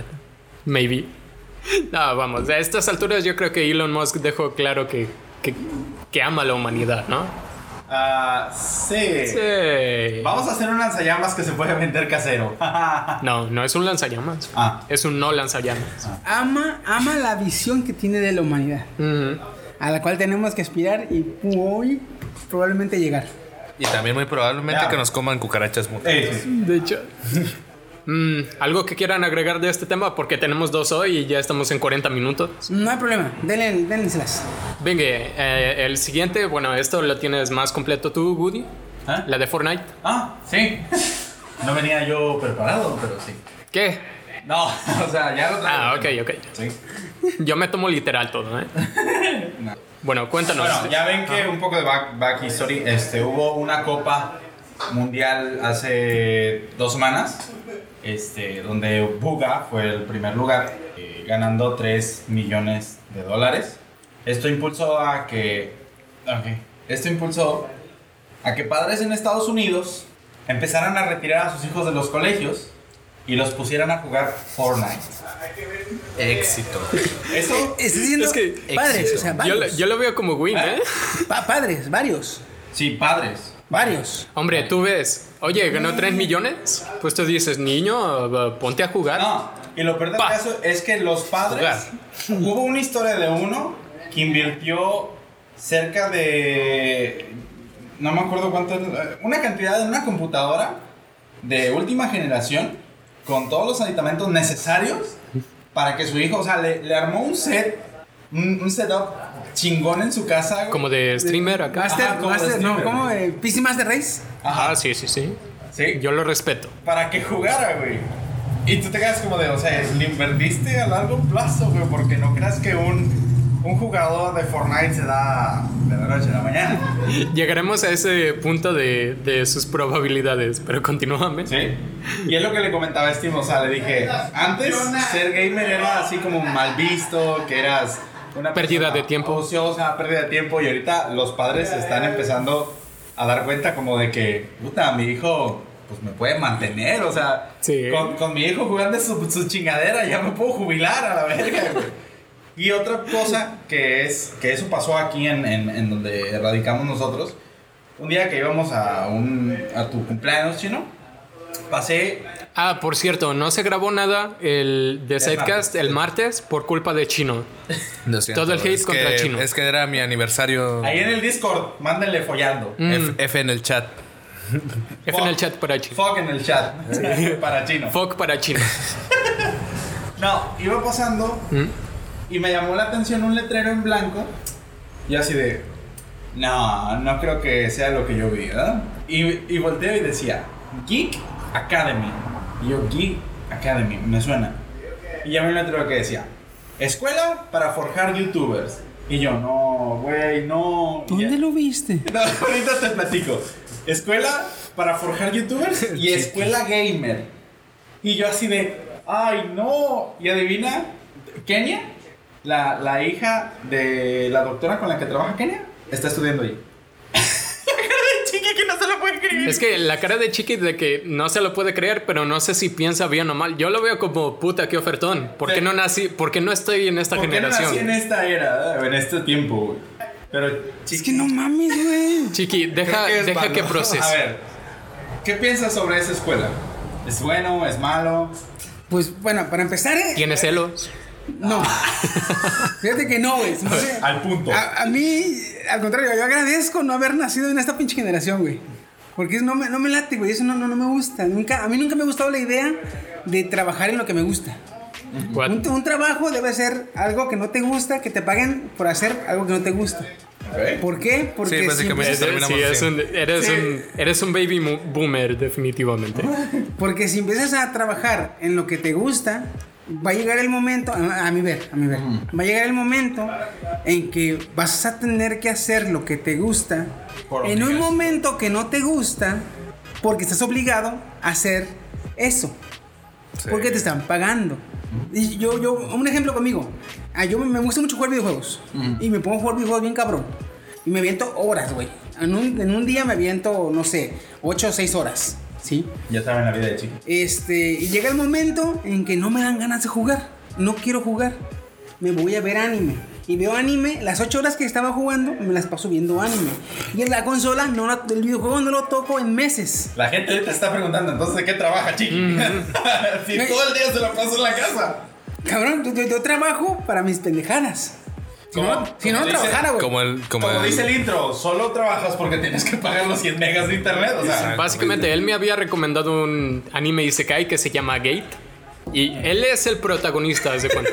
Speaker 2: Maybe. No, vamos, a estas alturas yo creo que Elon Musk dejó claro que, que, que ama a la humanidad, ¿no?
Speaker 5: Ah, sí.
Speaker 2: Sí.
Speaker 5: Vamos a hacer un lanzallamas que se puede vender casero.
Speaker 2: No, no es un lanzallamas.
Speaker 5: Ah.
Speaker 2: Es un no lanzallamas.
Speaker 3: ama, ama la visión que tiene de la humanidad,
Speaker 2: Ujú.
Speaker 3: a la cual tenemos que aspirar y hoy probablemente llegar.
Speaker 6: Y también muy probablemente
Speaker 5: Ya.
Speaker 6: que nos coman cucarachas mutas.
Speaker 5: Ey, sí.
Speaker 2: De hecho. Mm, ¿Algo que quieran agregar de este tema? Porque tenemos dos hoy y ya estamos en 40 minutos.
Speaker 3: No hay problema, denle, dénselas.
Speaker 2: Venga, eh, el siguiente, bueno, esto lo tienes más completo tú, Woody.
Speaker 5: ¿Ah?
Speaker 2: La de Fortnite.
Speaker 5: Ah, sí. No venía yo preparado, pero sí.
Speaker 2: ¿Qué?
Speaker 5: No, o sea, ya lo traigo.
Speaker 2: Ah, ok, ok.
Speaker 5: Sí.
Speaker 2: Yo me tomo literal todo, ¿eh? Bueno, cuéntanos.
Speaker 5: Bueno, ya ven que un poco de back, back history, este, hubo una copa mundial hace dos semanas, este, donde Buga fue el primer lugar, eh, ganando 3 millones de dólares. Esto impulsó a que, ok, esto impulsó a que padres en Estados Unidos empezaran a retirar a sus hijos de los colegios y los pusieran a jugar Fortnite.
Speaker 4: Éxito.
Speaker 5: Eso,
Speaker 3: Estoy diciendo
Speaker 2: Es que-
Speaker 3: padres, o sea,
Speaker 2: yo, lo,
Speaker 3: varios.
Speaker 2: yo lo veo como win, ¿eh?
Speaker 3: Pa- padres, varios,
Speaker 5: sí, padres.
Speaker 3: varios.
Speaker 2: Hombre, tú ves, oye, ganó
Speaker 3: Mm.
Speaker 2: 3 millones. Pues tú dices, niño, eh, ponte a jugar.
Speaker 5: No, y lo peor del
Speaker 2: Pa.
Speaker 5: caso es que los padres. Hubo una historia de uno que invirtió cerca de. No me acuerdo cuánto. Una cantidad en una computadora de última generación con todos los aditamentos necesarios para que su hijo, o sea, le, le armó un set, un, un setup chingón en su casa. güey.
Speaker 2: Como de streamer acá.
Speaker 3: Master,
Speaker 5: Ajá, como
Speaker 3: Master, no,
Speaker 5: streamer,
Speaker 3: ¿cómo?
Speaker 5: güey.
Speaker 3: Eh, PC Master Race.
Speaker 5: Ajá,
Speaker 2: Ah, sí, sí, sí.
Speaker 5: sí.
Speaker 2: Yo lo respeto.
Speaker 5: Para que jugara, güey. Y tú te quedas como de, o sea, le invertiste a largo plazo, güey, porque no creas que un, un jugador de Fortnite se da de la noche a la mañana.
Speaker 2: Llegaremos a ese punto de, de sus probabilidades, pero continúame.
Speaker 5: Sí. Y es lo que le comentaba a Steam, o sea, le dije, antes ser gamer era así como mal visto, que eras una
Speaker 2: Pérdida
Speaker 5: persona
Speaker 2: de tiempo.
Speaker 5: Ociosa, pérdida de tiempo y ahorita los padres se están empezando a dar cuenta como de que, puta, mi hijo pues me puede mantener, o sea,
Speaker 2: Sí.
Speaker 5: con, con mi hijo jugando su, su chingadera ya me puedo jubilar a la verga, güey. Y otra cosa que es, que eso pasó aquí en, en, en donde radicamos nosotros, un día que íbamos a, un, a tu cumpleaños chino, pasé
Speaker 2: Ah, por cierto, no se grabó nada el de Sidecast
Speaker 5: martes.
Speaker 2: el martes por culpa de Chino.
Speaker 6: Lo siento,
Speaker 2: Todo el hate
Speaker 6: es
Speaker 2: contra
Speaker 6: que-
Speaker 2: Chino.
Speaker 6: Es que era mi aniversario.
Speaker 5: ahí en el Discord, mándenle follando.
Speaker 2: Mm.
Speaker 6: F, F en el chat.
Speaker 2: F en el chat para Chino.
Speaker 5: Fuck en el chat, para chino.
Speaker 2: Fuck para Chino.
Speaker 5: No, iba pasando y me llamó la atención un letrero en blanco y así de, no, no creo que sea lo que yo vi, ¿verdad? Y, y volteo y decía, Geek Academy. Y yo, Geek Academy, me suena. Y ya vi un letrero que decía, Escuela para forjar youtubers. Y yo, no, güey, no. Y ya-
Speaker 3: ¿Dónde lo viste?
Speaker 5: No, ahorita te platico. Escuela para forjar youtubers y escuela gamer. Y yo así de, ay no. Y adivina, Kenia, la, la hija de la doctora con la que trabaja Kenia, está estudiando ahí. Chiqui que no se lo puede creer.
Speaker 2: Es que la cara de Chiqui de que no se lo puede creer, pero no sé si piensa bien o mal. Yo lo veo como puta, qué ofertón. ¿Por qué
Speaker 5: Sí.
Speaker 2: no nací? ¿Por qué no estoy en esta
Speaker 5: ¿Por qué no nací
Speaker 2: generación?
Speaker 5: en este? esta era, eh? en este tiempo, güey? Pero Chiqui,
Speaker 3: Es que no mames, güey.
Speaker 2: Chiqui, deja,
Speaker 6: que es
Speaker 2: deja
Speaker 6: malo.
Speaker 2: que
Speaker 5: a
Speaker 2: procese.
Speaker 5: ver, ¿qué piensas sobre esa escuela? ¿Es bueno? ¿Es malo?
Speaker 3: Pues bueno, para empezar, eh,
Speaker 2: ¿Tiene celos?
Speaker 3: no. Fíjate que no, güey. No sé.
Speaker 5: Al punto.
Speaker 2: Ah.
Speaker 3: A, a mí, al contrario, yo agradezco no haber nacido en esta pinche generación, güey. Porque eso no me, no me late, güey. Eso no, no, no me gusta. Nunca, a mí nunca me ha gustado la idea de trabajar en lo que me gusta.
Speaker 2: What?
Speaker 5: Pues
Speaker 3: Un, un trabajo debe ser algo que no te gusta, que te paguen por hacer algo que no te gusta.
Speaker 5: Ok.
Speaker 3: ¿Por qué? Porque si
Speaker 6: básicamente
Speaker 3: empiezas-
Speaker 2: Eres,
Speaker 6: terminamos
Speaker 2: sí, eres
Speaker 6: así.
Speaker 2: un, eres, un, eres un baby mo- boomer, definitivamente.
Speaker 3: Porque si empiezas a trabajar en lo que te gusta, va a llegar el momento, a, a mi ver, a mi ver, va a llegar el momento en que vas a tener que hacer lo que te gusta
Speaker 5: Por
Speaker 3: en un
Speaker 5: obligación.
Speaker 3: momento que no te gusta, porque estás obligado a hacer eso. Porque te están pagando. Y yo, yo, un ejemplo conmigo. Ah, yo me- me gusta mucho jugar videojuegos. Y me pongo a jugar videojuegos bien cabrón. Y me aviento horas, güey. En un, en un día me aviento, no sé, 8 o 6 horas. ¿Sí?
Speaker 5: Ya saben la vida de Chiqui.
Speaker 3: Este, y llega el momento en que no me dan ganas de jugar. No quiero jugar. Me voy a ver anime. Y veo anime, las 8 horas que estaba jugando, me las paso viendo anime. Y en la consola, no la- el videojuego no lo toco en meses.
Speaker 5: La gente ahorita está preguntando, entonces, ¿de qué trabaja, chiqui?
Speaker 6: Mm.
Speaker 5: si
Speaker 3: No, y-
Speaker 5: todo el día se la pasa en la casa.
Speaker 3: Cabrón, yo, yo- yo trabajo para mis pendejadas. Si
Speaker 5: Como-
Speaker 3: no, si
Speaker 5: como
Speaker 3: no, no
Speaker 5: dice-
Speaker 3: trabajara, güey.
Speaker 6: Como el. Como,
Speaker 5: Como
Speaker 6: el-
Speaker 5: dice el intro, solo trabajas porque tienes que pagar los 100 megas de internet. O sea,
Speaker 2: Básicamente, él me había recomendado un anime isekai que se llama Gate. Y él es el protagonista, haz de cuenta.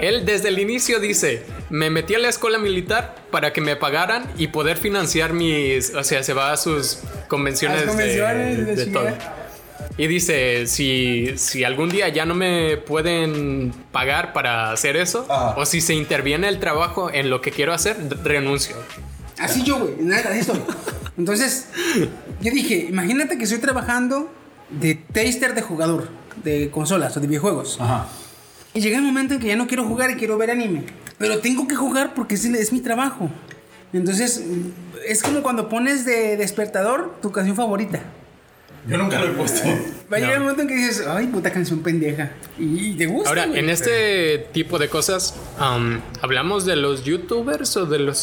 Speaker 2: Él desde el inicio dice, me metí a la escuela militar para que me pagaran y poder financiar mis... O sea, se va a sus convenciones,
Speaker 3: Las
Speaker 2: de-
Speaker 3: Ah, convenciones,
Speaker 2: de,
Speaker 3: la
Speaker 2: todo.
Speaker 3: chingada.
Speaker 2: Y dice, si, si algún día ya no me pueden pagar para hacer eso,
Speaker 5: Ajá.
Speaker 2: o si se interviene el trabajo en lo que quiero hacer, d- renuncio.
Speaker 3: Así yo, güey. Nada, así estoy. Entonces, yo dije, imagínate que estoy trabajando de taster de jugador, de consolas o de videojuegos.
Speaker 5: Ajá.
Speaker 3: Y llega el momento en que ya no quiero jugar y quiero ver anime. Pero tengo que jugar porque es, es mi trabajo. Entonces, es como cuando pones de despertador tu canción favorita.
Speaker 5: yo nunca lo he puesto.
Speaker 3: Va a llegar el momento en que dices, ay, puta canción pendeja. Y, y te
Speaker 6: Pues
Speaker 3: gusta.
Speaker 2: Ahora,
Speaker 3: güey.
Speaker 2: en este tipo de cosas, am, ¿hablamos de los youtubers o de los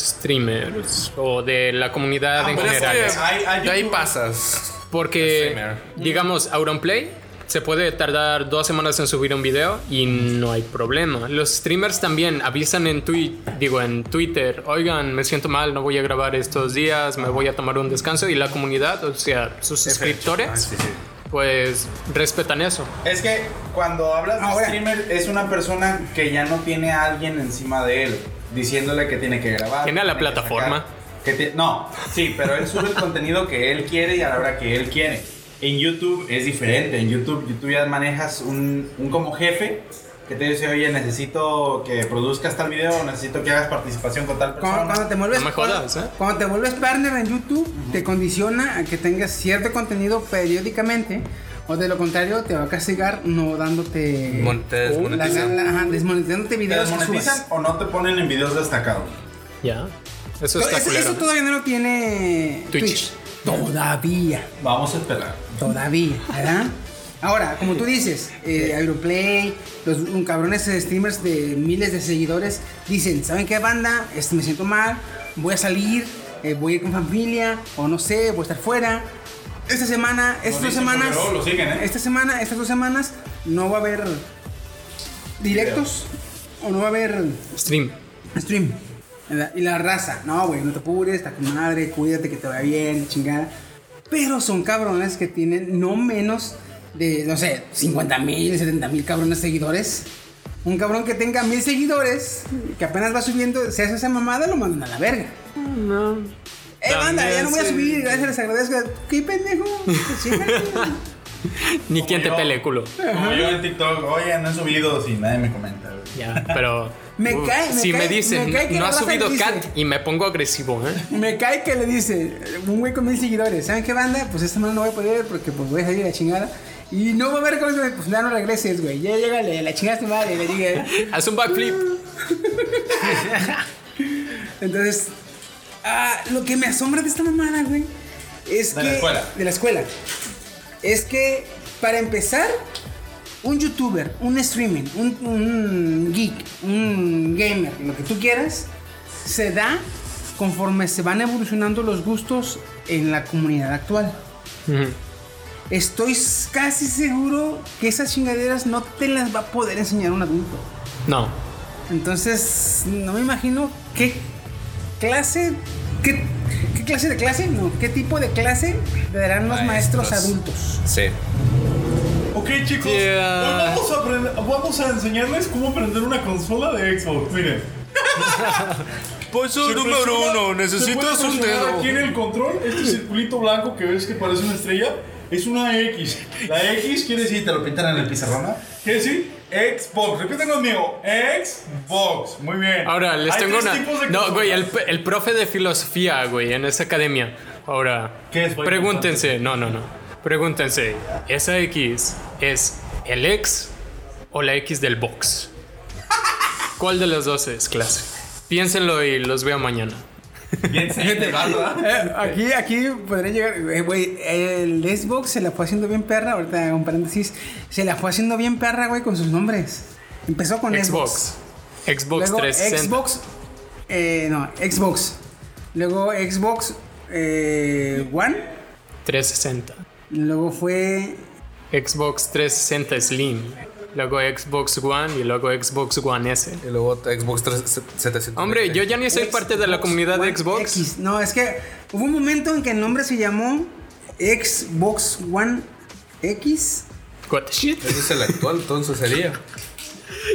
Speaker 2: streamers? O de la comunidad en
Speaker 6: Ah, Pero es
Speaker 2: general.
Speaker 6: que
Speaker 5: Hay- hay
Speaker 6: de ahí
Speaker 5: youtubers.
Speaker 6: pasas.
Speaker 2: Porque,
Speaker 6: streamer.
Speaker 2: digamos, Auronplay se puede tardar dos semanas en subir un video y no hay problema. Los streamers también avisan en, twi- digo, en Twitter, oigan, me siento mal, no voy a
Speaker 6: ah,
Speaker 2: grabar estos días, me voy a tomar un descanso. Y la comunidad, o sea, sus suscriptores, pues respetan eso.
Speaker 5: Es que cuando hablas de
Speaker 3: Ahora.
Speaker 5: streamer es una persona que ya no tiene a alguien encima de él diciéndole que tiene que grabar.
Speaker 2: Tiene a la
Speaker 5: que sacar,
Speaker 2: plataforma.
Speaker 5: que ti- no, sí, pero él sube el contenido que él quiere y a la hora que él quiere. En YouTube es diferente. En YouTube, YouTube ya manejas un, un como jefe que te dice, oye, necesito que produzcas tal video, necesito que hagas participación con tal persona.
Speaker 3: Cuando, cuando te vuelves,
Speaker 2: No me jodas, ¿eh?
Speaker 3: cuando te vuelves partner en YouTube, te condiciona a que tengas cierto contenido periódicamente, o de lo contrario te va a castigar no dándote
Speaker 6: Mon- te
Speaker 3: Mm. Oh, la-
Speaker 6: desmonetiza.
Speaker 3: la- ajá, desmonetizándote
Speaker 5: ¿Te
Speaker 3: videos que
Speaker 5: desmonetizan
Speaker 3: subas.
Speaker 5: o no te ponen en videos destacados?
Speaker 2: Ya.
Speaker 3: Eso,
Speaker 2: Eso está culero. ¿eh?
Speaker 3: eso todavía no lo tiene
Speaker 2: Twitch.
Speaker 3: Todavía,
Speaker 5: Vamos a esperar.
Speaker 3: todavía, ¿verdad? Ahora, como tú dices, eh, Aeroplay, los um, cabrones streamers de miles de seguidores dicen, ¿saben qué banda? Este, me siento mal, voy a salir, eh, voy a ir con familia, o no sé, voy a estar fuera. Esta semana, estas dos
Speaker 5: dicen
Speaker 3: semanas,
Speaker 5: porque luego lo siguen, ¿eh?
Speaker 3: esta semana, estas dos semanas, no va a haber directos o no va a haber
Speaker 2: Stream.
Speaker 3: stream. ¿verdad? Y la raza, no, güey, no te apures, está con madre, cuídate que te vaya bien, chingada. Pero son cabrones que tienen no menos de, no sé, 50 mil, 70 mil cabrones seguidores. Un cabrón que tenga mil seguidores, que apenas va subiendo, se hace esa mamada, lo mandan a la verga. No. Eh, banda, ya no voy a
Speaker 2: También,
Speaker 3: subir,
Speaker 2: sí.
Speaker 3: gracias, les agradezco. ¡Qué pendejo! Sí, güey.
Speaker 2: Ni quien te
Speaker 5: yo.
Speaker 2: pelee culo.
Speaker 5: Como yo en TikTok, oye, no he subido si nadie me comenta. güey.
Speaker 2: Ya, pero.
Speaker 3: Me
Speaker 2: uh,
Speaker 3: cae- me
Speaker 2: si
Speaker 3: cae-
Speaker 2: me dicen,
Speaker 3: me cae que
Speaker 2: no
Speaker 3: la
Speaker 2: ha
Speaker 3: raza
Speaker 2: subido
Speaker 3: dice-
Speaker 2: Cat y me pongo agresivo, ¿eh?
Speaker 3: Me cae que le dice un güey con mil seguidores, ¿saben qué banda? Pues esta semana no voy a poder porque pues voy a salir a la chingada. Y no va a haber cosas, güey, pues nada, no regreses, güey. Ya llegale, la chingada tu madre, le diga.
Speaker 2: Haz un backflip.
Speaker 3: Entonces, ah, lo que me asombra de esta mamada, güey, es
Speaker 5: De
Speaker 3: que.
Speaker 5: la escuela.
Speaker 3: De la escuela. Es que, para empezar, un youtuber, un streaming, un, un geek, un gamer, lo que tú quieras, se da conforme se van evolucionando los gustos en la comunidad actual.
Speaker 2: Ujú.
Speaker 3: Estoy casi seguro que esas chingaderas no te las va a poder enseñar un adulto.
Speaker 2: No.
Speaker 3: Entonces, no me imagino qué clase, qué, qué clase de clase, no, qué tipo de clase le darán los maestros, adultos.
Speaker 6: Sí.
Speaker 8: Ok chicos,
Speaker 2: Yeah.
Speaker 8: hoy vamos a, aprender- vamos a enseñarles cómo aprender una consola de Xbox, miren.
Speaker 6: Paso
Speaker 2: Pues,
Speaker 8: Se presiona- se puede presionar Aquí en el control, este circulito blanco que ves que parece una estrella, es una X. La X quiere decir,
Speaker 5: ¿Te lo pintan en el pizarrón? no?
Speaker 8: ¿quiere decir? Xbox, repiten conmigo, Xbox, muy bien.
Speaker 2: Ahora, les
Speaker 8: Hay
Speaker 2: tengo
Speaker 8: tres
Speaker 2: una.
Speaker 8: tipos de
Speaker 2: No,
Speaker 8: consolas.
Speaker 2: güey, el, el profe de filosofía, güey, en esa academia. Ahora,
Speaker 5: ¿Qué es?
Speaker 2: pregúntense. No, no, no. Pregúntense, ¿esa X es el X o la X del box? ¿Cuál de las dos es, clase? Piénsenlo y los veo mañana.
Speaker 5: Bien, siguiente, ¿verdad?
Speaker 3: Eh, aquí, aquí podría llegar, eh, güey, el Xbox se la fue haciendo bien perra, ahorita hago un paréntesis, se la fue haciendo bien perra, güey, con sus nombres. Empezó con
Speaker 2: Xbox. Xbox
Speaker 3: Luego
Speaker 2: 360.
Speaker 3: Xbox. eh, no, Xbox. Luego Xbox eh, One.
Speaker 2: 360.
Speaker 3: Luego fue.
Speaker 2: Xbox 360 Slim. Luego Xbox One y luego Xbox One S.
Speaker 6: Y luego Xbox 370.
Speaker 2: Hombre, yo ya ni soy parte de la comunidad de
Speaker 3: One
Speaker 2: Xbox.
Speaker 3: X. No, es que hubo un momento en que el nombre se llamó Xbox One X.
Speaker 2: What the shit?
Speaker 6: Ese es el actual, entonces sería.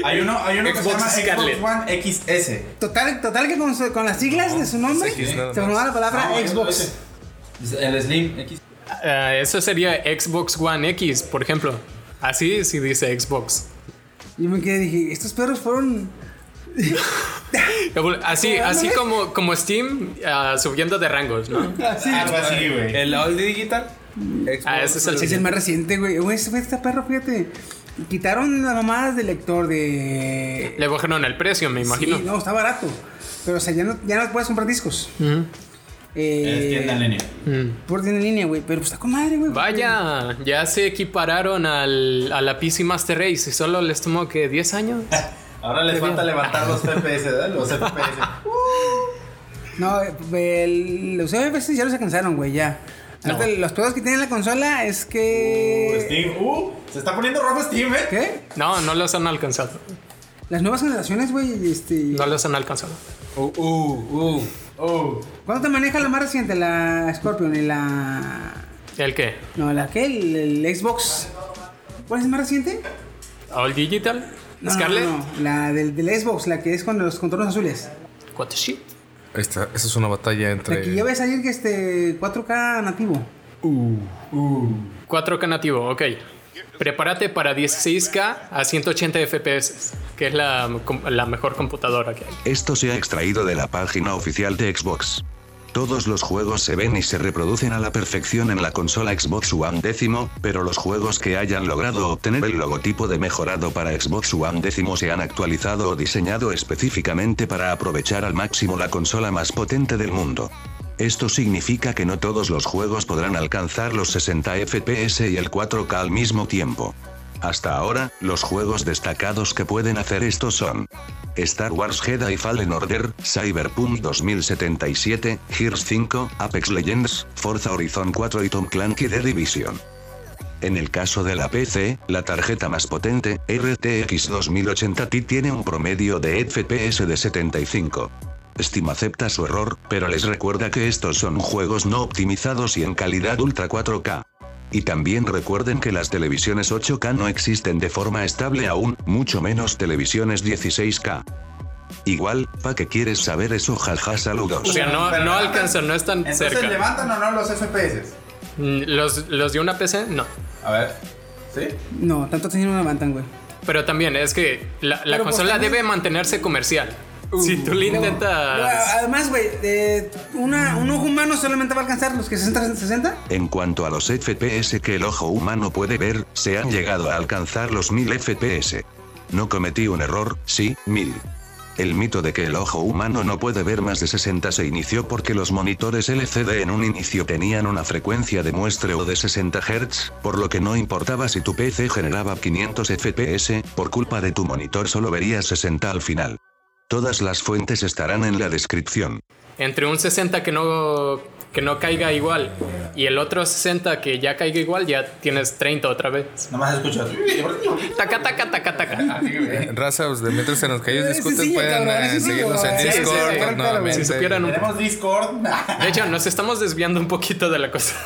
Speaker 5: Hay uno, hay uno que se
Speaker 2: Xbox
Speaker 5: llama
Speaker 2: Scarlett.
Speaker 5: Xbox One XS.
Speaker 3: Total, total que con, su- con las siglas de su nombre
Speaker 5: X,
Speaker 3: se
Speaker 6: nada más.
Speaker 3: formaba la palabra
Speaker 5: No,
Speaker 3: Xbox.
Speaker 5: ese. El Slim X.
Speaker 2: Ah, eso sería Xbox One X, por ejemplo. Así sí dice Xbox.
Speaker 3: Y me quedé dije, estos perros fueron.
Speaker 2: Evol- Así,
Speaker 3: Bueno,
Speaker 2: así
Speaker 3: ¿ves?
Speaker 2: como, como Steam ah, subiendo de rangos, ¿no?
Speaker 3: así.
Speaker 5: Algo así,
Speaker 2: Eh.
Speaker 5: güey.
Speaker 6: El All Digital.
Speaker 2: Ah, ese es el
Speaker 3: Es el
Speaker 2: siguiente.
Speaker 3: más reciente, güey. Güey, este, este perro, fíjate. Quitaron las mamadas del lector de.
Speaker 2: Le bajaron el precio, me imagino.
Speaker 3: Sí, no, está barato. Pero, o sea, ya no, ya no puedes comprar discos.
Speaker 2: Ujú.
Speaker 3: Eh,
Speaker 5: Es tienda en línea.
Speaker 2: Mm.
Speaker 3: Por tienda en línea, güey. Pero pues está con madre, güey.
Speaker 2: Vaya, ya se equipararon al, a la PC Master Race y solo les tomó que 10 años.
Speaker 5: Ahora les falta levantar los FPS, ¿verdad? Los FPS.
Speaker 3: No, el- los FPS ya los alcanzaron, güey, ya.
Speaker 2: No.
Speaker 3: Ahorita Los pedos que tiene la consola es que.
Speaker 5: Uh, Steam. Uh, se está poniendo rojo Steam, ¿eh?
Speaker 3: ¿Qué?
Speaker 2: No, no los han alcanzado.
Speaker 3: Las nuevas generaciones, güey, este.
Speaker 2: No los han alcanzado.
Speaker 6: Uh, uh, uh.
Speaker 5: Uh,
Speaker 3: ¿Cuánto te maneja la más reciente? La Scorpion y la.
Speaker 2: ¿El qué?
Speaker 3: No, la que el, el Xbox. ¿Cuál es el más reciente?
Speaker 2: ¿All Digital?
Speaker 3: No, no,
Speaker 2: ¿Scarlett?
Speaker 3: No, no, la del, del Xbox, la que es con los contornos azules.
Speaker 2: What the shit?
Speaker 6: Esta, esa es una batalla
Speaker 3: La que ya
Speaker 6: entre.
Speaker 3: va a salir que este 4K nativo.
Speaker 2: 4K nativo, ok. Prepárate para 16K a 180 FPS, que es la, la mejor computadora que hay.
Speaker 1: Esto se ha extraído de la página oficial de Xbox. Todos los juegos se ven y se reproducen a la perfección en la consola Xbox One décimo, pero los juegos que hayan logrado obtener el logotipo de mejorado para Xbox One décimo se han actualizado o diseñado específicamente para aprovechar al máximo la consola más potente del mundo. Esto significa que no todos los juegos podrán alcanzar los 60 FPS y el 4K al mismo tiempo. Hasta ahora, los juegos destacados que pueden hacer esto son Star Wars Jedi Fallen Order, Cyberpunk 2077, Gears 5, Apex Legends, Forza Horizon 4 y Tom Clancy The Division. En el caso de la PC, la tarjeta más potente, RTX 2080 Ti tiene un promedio de FPS de 75. Steam acepta su error, pero les recuerda que estos son juegos no optimizados y en calidad Ultra 4K. Y también recuerden que las televisiones 8K no existen de forma estable aún, mucho menos televisiones 16K. Igual, pa' que quieres saber eso jaja
Speaker 2: O
Speaker 1: saludos.
Speaker 2: sea, no,
Speaker 5: Pero
Speaker 2: no
Speaker 5: levantan-
Speaker 2: alcanzan, no están
Speaker 5: Entonces,
Speaker 2: cerca.
Speaker 5: ¿levantan o no los FPS?
Speaker 2: Mm, Los, los de una PC, no.
Speaker 5: A ver. ¿Sí?
Speaker 3: No, tanto así no levantan, güey.
Speaker 2: Pero también es que la, la
Speaker 3: Pero, pues,
Speaker 2: consola
Speaker 3: también-
Speaker 2: debe mantenerse comercial. si tú le
Speaker 3: Uh, No. No,
Speaker 2: intentas...
Speaker 3: Además, güey, eh, una- un ojo humano solamente va a alcanzar los que 60 60.
Speaker 1: En cuanto a los FPS que el ojo humano puede ver, se han llegado a alcanzar los 1000 FPS. No cometí un error, sí, 1000. El mito de que el ojo humano no puede ver más de 60 se inició porque los monitores LCD en un inicio tenían una frecuencia de muestreo de 60 Hz, por lo que no importaba si tu PC generaba 500 FPS, por culpa de tu monitor solo verías 60 al final. Todas las fuentes estarán en la descripción.
Speaker 2: entre un 60 que no, que no caiga igual y el otro 60 que ya caiga igual, ya tienes 30 otra vez.
Speaker 5: Nomás escuchas.
Speaker 2: Taca, taca, taca, taca.
Speaker 6: Razas, de mientras en los que ellos
Speaker 3: Ese
Speaker 6: discuten,
Speaker 3: sí,
Speaker 6: pueden
Speaker 3: cabrón,
Speaker 6: eh,
Speaker 3: ese sí,
Speaker 6: seguirnos
Speaker 3: cabrón.
Speaker 6: en
Speaker 3: Sí,
Speaker 2: sí,
Speaker 6: Discord
Speaker 2: sí, sí.
Speaker 6: nuevamente.
Speaker 2: Si supieran un-
Speaker 5: ¿Tenemos Discord?
Speaker 2: De hecho, nos estamos desviando un poquito de la cosa.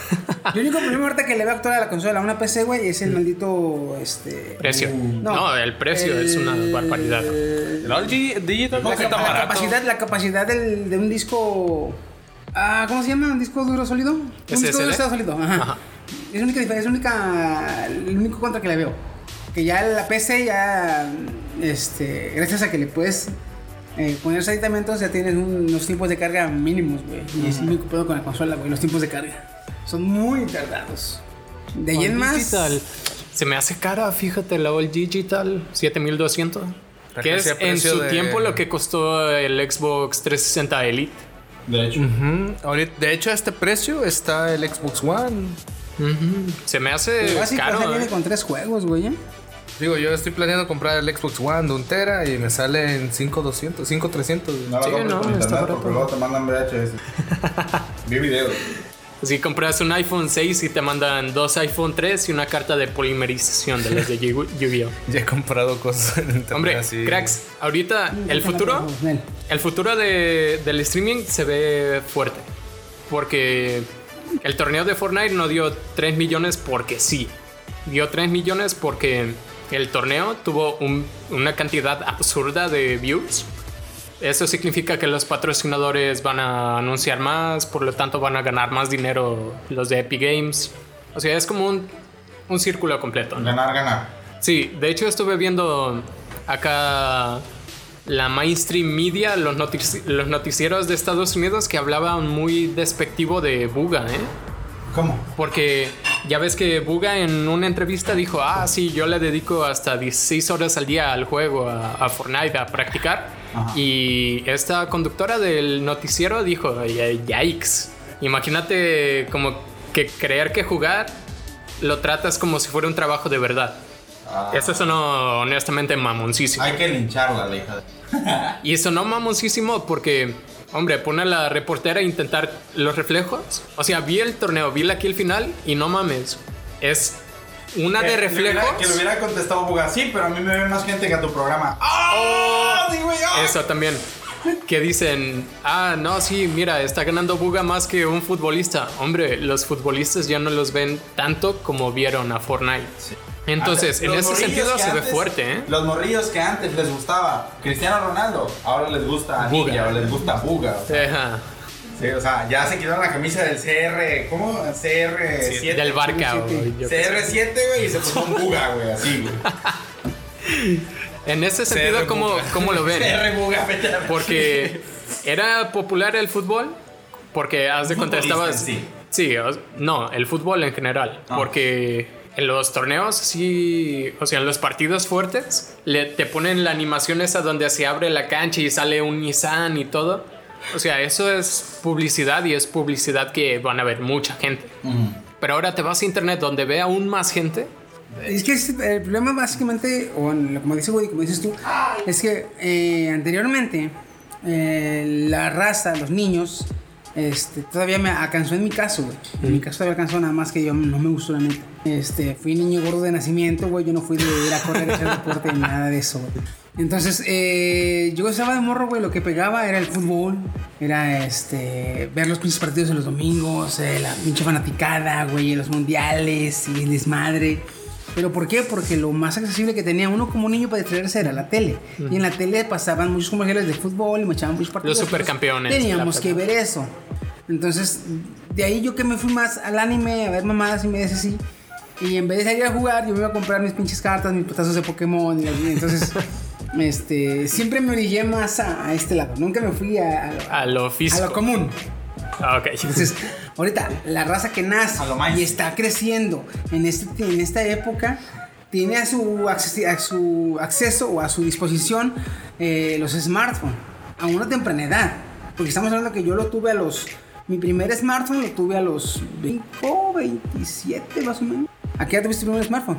Speaker 3: El único problema ahorita que le va a actuar a la consola a una PC, güey, es el maldito. Este,
Speaker 2: Precio. No, el precio es una
Speaker 3: Eh,
Speaker 2: barbaridad.
Speaker 3: La,
Speaker 6: Digital no está
Speaker 3: la
Speaker 6: barato.
Speaker 3: capacidad, la capacidad del- de un disco. Ah, ¿Cómo se llama? ¿Un disco duro sólido? Un disco
Speaker 2: SSD?
Speaker 3: duro sólido. Ajá.
Speaker 2: Ajá.
Speaker 3: Es la única diferencia, es la única, el único contra que le veo. Que ya la PC ya, este, gracias a que le puedes eh, poner aditamentos, ya tienes un- unos tiempos de carga mínimos, güey. Y es el único pedo con la consola, güey, los tiempos de carga. Son muy tardados. De ahí en más...
Speaker 2: Digital. Se me hace cara, fíjate, la All Digital 7200. Que es
Speaker 6: Referencia
Speaker 2: en
Speaker 6: precio
Speaker 2: su
Speaker 6: de-
Speaker 2: tiempo lo que costó el Xbox 360 Elite.
Speaker 5: De hecho.
Speaker 6: Ujú. Ahorita- de hecho, a este precio está el Xbox One.
Speaker 2: Ujú. Se me hace
Speaker 3: Pero básicamente
Speaker 2: caro.
Speaker 3: viene
Speaker 2: ¿eh?
Speaker 3: con tres juegos, güey. ¿eh?
Speaker 6: Digo, yo estoy planeando comprar el Xbox One de un tera y me sale en 5200, 5300.
Speaker 5: No lo
Speaker 2: Sí,
Speaker 5: compres
Speaker 2: no,
Speaker 5: por
Speaker 2: está
Speaker 5: internet
Speaker 2: barato.
Speaker 5: porque luego te mandan VHS. Vi videos.
Speaker 2: Si compras un iPhone 6 y te mandan dos iPhone 3 y una carta de polimerización de las de Yu- Yu-Gi-Oh.
Speaker 6: Ya he comprado cosas en internet
Speaker 2: Hombre,
Speaker 6: así.
Speaker 2: cracks, ahorita el futuro,
Speaker 3: Nel.
Speaker 2: el futuro de- del streaming se ve fuerte. Porque el torneo de Fortnite no dio 3 millones porque sí. Dio 3 millones porque el torneo tuvo un- una cantidad absurda de views. Eso significa que los patrocinadores van a anunciar más, por lo tanto van a ganar más dinero los de Epic Games. O sea, es como un, un círculo completo. ¿no?
Speaker 5: Ganar, ganar.
Speaker 2: Sí, de hecho estuve viendo acá la mainstream media, los, notici- los noticieros de Estados Unidos que hablaban muy despectivo de Buga, ¿eh?
Speaker 5: ¿Cómo?
Speaker 2: Porque ya ves que Buga en una entrevista dijo, ah, sí, yo le dedico hasta 16 horas al día al juego, a, a Fortnite, a practicar. Y esta conductora del noticiero dijo, "Y- yikes, imagínate como que creer que jugar lo tratas como si fuera un trabajo de verdad. Eso sonó honestamente mamoncísimo.
Speaker 5: Hay que lincharla, la hija. de-
Speaker 2: Y sonó mamoncísimo porque, hombre, pone a la reportera a intentar los reflejos. O sea, vi el torneo, vi aquí el final y no mames. Es una de
Speaker 5: Que-
Speaker 2: reflejos.
Speaker 5: Que le hubiera contestado Buga, sí, pero a mí me ve más gente que a tu programa. ¡Ah! Sí, güey, ah.
Speaker 2: Eso también. que dicen, ah, no, sí, mira, está ganando Buga más que un futbolista. Hombre, los futbolistas ya no los ven tanto como vieron a Fortnite. Entonces, en
Speaker 8: Los
Speaker 2: ese
Speaker 8: morrillos
Speaker 2: sentido
Speaker 8: que
Speaker 2: se ve
Speaker 8: antes-
Speaker 2: fuerte, ¿eh?
Speaker 8: Los morrillos que antes les gustaba Cristiano Ronaldo, ahora les gusta
Speaker 2: Buga.
Speaker 8: Ninja o les gusta Buga. o sea,
Speaker 2: Ajá.
Speaker 8: sí, o sea, ya se quitaron la camisa del CR, ¿cómo? CR7.
Speaker 2: Del Barca.
Speaker 3: siete.
Speaker 2: güey, yo qué sé.
Speaker 8: CR7, güey, y se puso un Buga, güey, así, güey.
Speaker 2: En ese sentido, ¿cómo, ¿cómo lo ven?
Speaker 8: CR Buga, vete a la-
Speaker 2: Porque era popular el fútbol, porque haz de cuenta
Speaker 8: Futbolista
Speaker 2: estabas.
Speaker 8: en sí.
Speaker 2: Sí, o- no, el fútbol en general. Porque en los torneos, sí, o sea, en los partidos fuertes, le, te ponen la animación esa donde se abre la cancha y sale un Nissan y todo. O sea, eso es publicidad y es publicidad que van a ver mucha gente. Pero ahora te vas a internet donde ve aún más gente.
Speaker 3: Es que es- el problema básicamente, o en lo- como dice Woody, como dices tú, es que eh, anteriormente eh, la raza, los niños, este, todavía me alcanzó en mi caso, güey. En mi caso todavía alcanzó nada más que yo no me gustó la neta. Este, fui niño gordo de nacimiento, güey. Yo no fui de ir a correr, hacer deporte, ni nada de eso, güey. Entonces, eh, yo estaba de morro, güey. Lo que pegaba era el fútbol, era este, ver los pinches partidos en los domingos, eh, la pinche fanaticada, güey, los mundiales y el desmadre. ¿Pero por qué? Porque lo más accesible que tenía uno como niño para distraerse era la tele. Y en la tele pasaban muchos comerciales de fútbol y machaban muchos partidos.
Speaker 2: Los supercampeones,
Speaker 3: Entonces,
Speaker 2: la
Speaker 3: Teníamos que
Speaker 2: pelota.
Speaker 3: ver eso. Entonces, de ahí yo que me fui más al anime, a ver mamadas y me dice así. Y en vez de salir a jugar, yo me iba a comprar mis pinches cartas, mis potazos de Pokémon. Y las- y entonces, este, siempre me orillé más a, a este lado. Nunca me fui a, a-
Speaker 2: A lo
Speaker 3: a
Speaker 2: físico.
Speaker 3: lo común.
Speaker 2: Ah, ok.
Speaker 3: Entonces, ahorita, la raza que nace
Speaker 8: A lo más.
Speaker 3: y está creciendo en, este, en esta época tiene a su, acces- a su acceso o a su disposición eh, los smartphones a una temprana edad. Porque estamos hablando que yo lo tuve a los. Mi primer smartphone lo tuve a los 25, 27 más o menos. ¿A qué edad tuviste tu primer smartphone?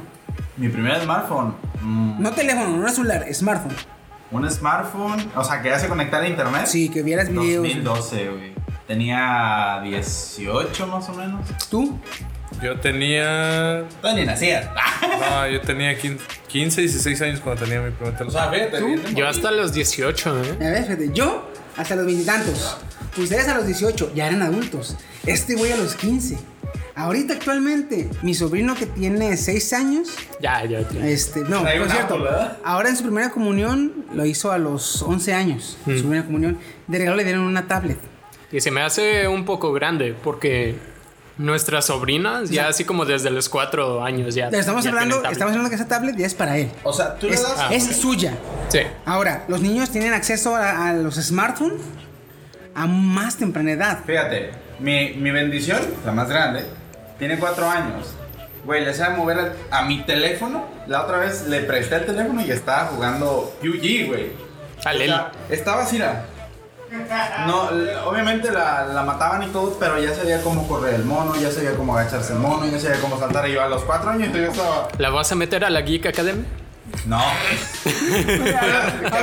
Speaker 8: Mi primer smartphone. mm,
Speaker 3: No teléfono, no celular, smartphone.
Speaker 8: Un smartphone, o sea, que ya se conectara a internet.
Speaker 3: Sí, que vieras videos.
Speaker 8: 2012, güey. Tenía 18 más o menos.
Speaker 3: ¿Tú?
Speaker 6: Yo tenía.
Speaker 8: Todavía ni nacías. Ah,
Speaker 6: No, yo tenía 15, 15, 16 años cuando tenía mi primer
Speaker 8: O
Speaker 6: teléfono.
Speaker 8: sea, vete, vete.
Speaker 2: Yo hasta los 18, ¿eh?
Speaker 3: A ver, fíjate, yo hasta los veintitantos. Ustedes a los 18 ya eran adultos. Este güey a los 15. Ahorita actualmente, mi sobrino que tiene 6 años,
Speaker 2: Ya, ya, ya.
Speaker 3: este, no,
Speaker 8: Trae
Speaker 3: por
Speaker 8: un
Speaker 3: cierto,
Speaker 8: árbol, ¿verdad?
Speaker 3: ahora en su primera comunión lo hizo a los 11 años.
Speaker 8: Mm.
Speaker 3: Su primera comunión, de regalo le dieron una tablet.
Speaker 2: Y se me hace un poco grande porque nuestras sobrinas, ya así como desde los cuatro años ya.
Speaker 3: Pero estamos
Speaker 2: ya
Speaker 3: hablando,
Speaker 2: tienen
Speaker 3: estamos hablando que esa tablet ya es para él.
Speaker 8: O sea, tú le
Speaker 3: Es,
Speaker 8: das.
Speaker 2: ah.
Speaker 3: es suya.
Speaker 2: tablet.
Speaker 3: Ahora, los niños tienen acceso a, a los smartphones a más temprana edad.
Speaker 8: Fíjate, mi, mi bendición, la más grande, tiene 4 años. Güey, le sabe mover al- a, mi teléfono. La otra vez le presté el teléfono y estaba jugando UG, güey.
Speaker 2: Sí. Al
Speaker 8: O sea, estaba así, mira. No, l- obviamente la, la mataban y todo, pero ya sabía cómo correr el mono, ya sabía cómo agacharse el mono, ya sabía cómo saltar. Y yo a los 4 años yo estaba.
Speaker 2: ¿La vas a meter a la Geek Academy?
Speaker 8: No.
Speaker 3: A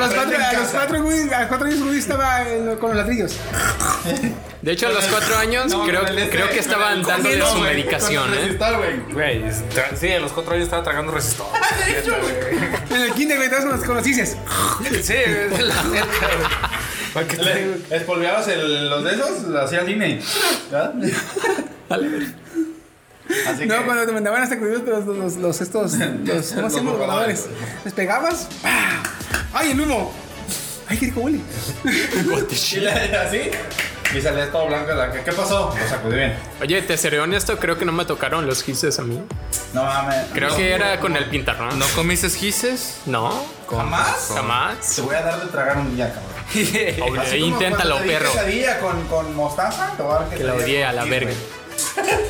Speaker 3: los cuatro, a los cuatro, güey, a los cuatro años, güey, estaba eh, con los ladrillos.
Speaker 2: De hecho, a los cuatro años
Speaker 8: No,
Speaker 2: creo,
Speaker 8: con el este,
Speaker 2: creo que
Speaker 8: con
Speaker 2: estaban
Speaker 8: el
Speaker 2: dándole
Speaker 8: cojín,
Speaker 2: su
Speaker 8: güey, con el
Speaker 2: medicación, ¿eh?
Speaker 8: resistor, güey.
Speaker 6: Güey, es- tra- sí, a los 4 años estaba tragando resistor.
Speaker 3: En el kinder, güey, todos con los, con los sisias.
Speaker 6: Sí, es de la verga, güey. ¿Para qué te digo?
Speaker 8: Le espolveabas el- los de esos, lo hacía cine. ¿Verdad? Así
Speaker 3: No,
Speaker 8: que-
Speaker 3: cuando te mandaban hasta crudos los, los, los estos, los, ¿cómo
Speaker 8: Los
Speaker 3: se llaman? Los
Speaker 8: borradores.
Speaker 3: borradores. Les pegabas, ¡pah! ¡Ay, el humo! ¡Ay, qué rico huele!
Speaker 8: y le- así. Y salía todo blanco de la que. ¿Qué pasó? Lo sacudí bien.
Speaker 2: Oye, te seré honesto, creo que no me tocaron los gises a mí.
Speaker 8: No mames.
Speaker 2: Creo
Speaker 8: No,
Speaker 2: que era con el pintarrón.
Speaker 6: ¿No comiste gises?
Speaker 2: No,
Speaker 8: ¿Jamás? Te
Speaker 2: jamás.
Speaker 8: voy a dar de tragar un día, cabrón.
Speaker 2: Hombre,
Speaker 8: Así como
Speaker 2: Eh, inténtalo,
Speaker 8: cuando te di
Speaker 2: perro.
Speaker 8: quesadilla con, con mostaza, te voy a dar
Speaker 2: Que la
Speaker 8: quesadilla
Speaker 2: odié
Speaker 8: con
Speaker 2: a la
Speaker 8: kiss,
Speaker 2: verga.
Speaker 8: güey.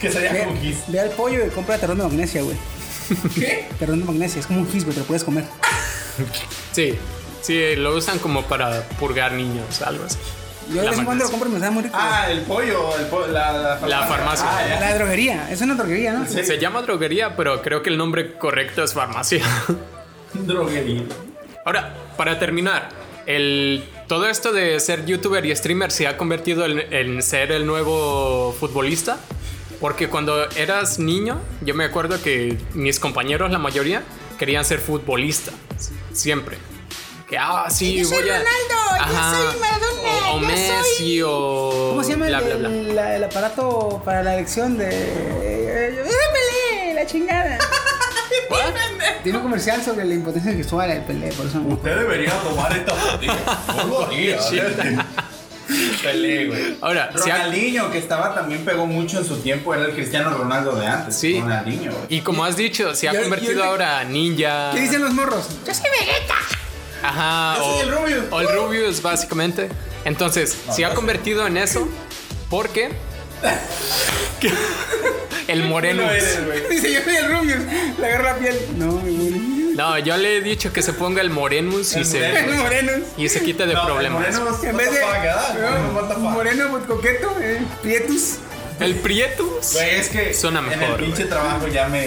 Speaker 8: Quesadilla
Speaker 3: Ve,
Speaker 8: con kiss.
Speaker 3: ve al pollo y compra terrón de magnesia, güey. ¿Qué? Terrón de magnesia, es como un gis, güey, te lo puedes comer.
Speaker 2: Sí, sí, lo usan como para purgar niños, algo así.
Speaker 3: Yo de
Speaker 2: La
Speaker 3: vez en cuando lo
Speaker 2: magnesia.
Speaker 3: compro y me sabe muy rico.
Speaker 8: Ah, el pollo, el po- la,
Speaker 2: La farmacia.
Speaker 8: Ah, ya.
Speaker 3: la droguería, es una droguería, ¿no?
Speaker 2: Se llama droguería, pero creo que el nombre correcto es farmacia.
Speaker 8: Droguería.
Speaker 2: Ahora, para terminar, el, todo esto de ser youtuber y streamer se ha convertido en, en ser el nuevo futbolista. Porque cuando eras niño, yo me acuerdo que mis compañeros, la mayoría, querían ser futbolista. Siempre. que, ah, sí,
Speaker 9: Yo soy
Speaker 2: voy a.
Speaker 9: Ronaldo, yo soy Maradona,
Speaker 2: O, o
Speaker 9: yo
Speaker 2: Messi,
Speaker 9: soy-
Speaker 2: o.
Speaker 3: ¿Cómo se llama el,
Speaker 2: Bla, bla, bla.
Speaker 3: el- la- el aparato para la elección de. eh, eh, ¡Ah, Pelé! ¡La chingada!
Speaker 2: ¿What?
Speaker 3: Tiene un comercial sobre la impotencia sexual el Pelé, por eso.
Speaker 10: Usted debería tomar esta pastilla. No lo haría.
Speaker 8: Pelé, güey.
Speaker 2: Ahora, si ha-
Speaker 8: Ronaldinho, que estaba también pegó mucho en su tiempo, era el Cristiano Ronaldo de antes.
Speaker 2: Sí.
Speaker 8: Ronaldinho, güey.
Speaker 2: y como has dicho, se ha
Speaker 3: Y- y-
Speaker 2: convertido ahora ninja.
Speaker 3: ¿Qué dicen los morros? Yo soy Vegeta.
Speaker 2: Ajá.
Speaker 8: Yo
Speaker 2: o,
Speaker 8: soy el Rubius.
Speaker 2: o el Rubius, básicamente. Entonces, se ha convertido en eso porque. que- el Moreno.
Speaker 3: Dice, yo soy el Rubius. Le agarra la piel. No, mi güey.
Speaker 2: No, yo le he dicho que se ponga el Moremus y,
Speaker 3: El
Speaker 2: se,
Speaker 3: moreno.
Speaker 2: y se quita de
Speaker 8: No, el
Speaker 2: problemas.
Speaker 8: Moreno, what
Speaker 3: En
Speaker 8: the
Speaker 3: vez de.
Speaker 8: fuck, ¿verdad?
Speaker 3: ¿no?
Speaker 8: What the fuck.
Speaker 3: moreno, pues, coqueto, eh, Prietus.
Speaker 2: El Prietus.
Speaker 8: Güey, es que
Speaker 2: Suena
Speaker 8: en el
Speaker 2: mejor,
Speaker 8: pinche trabajo ya me.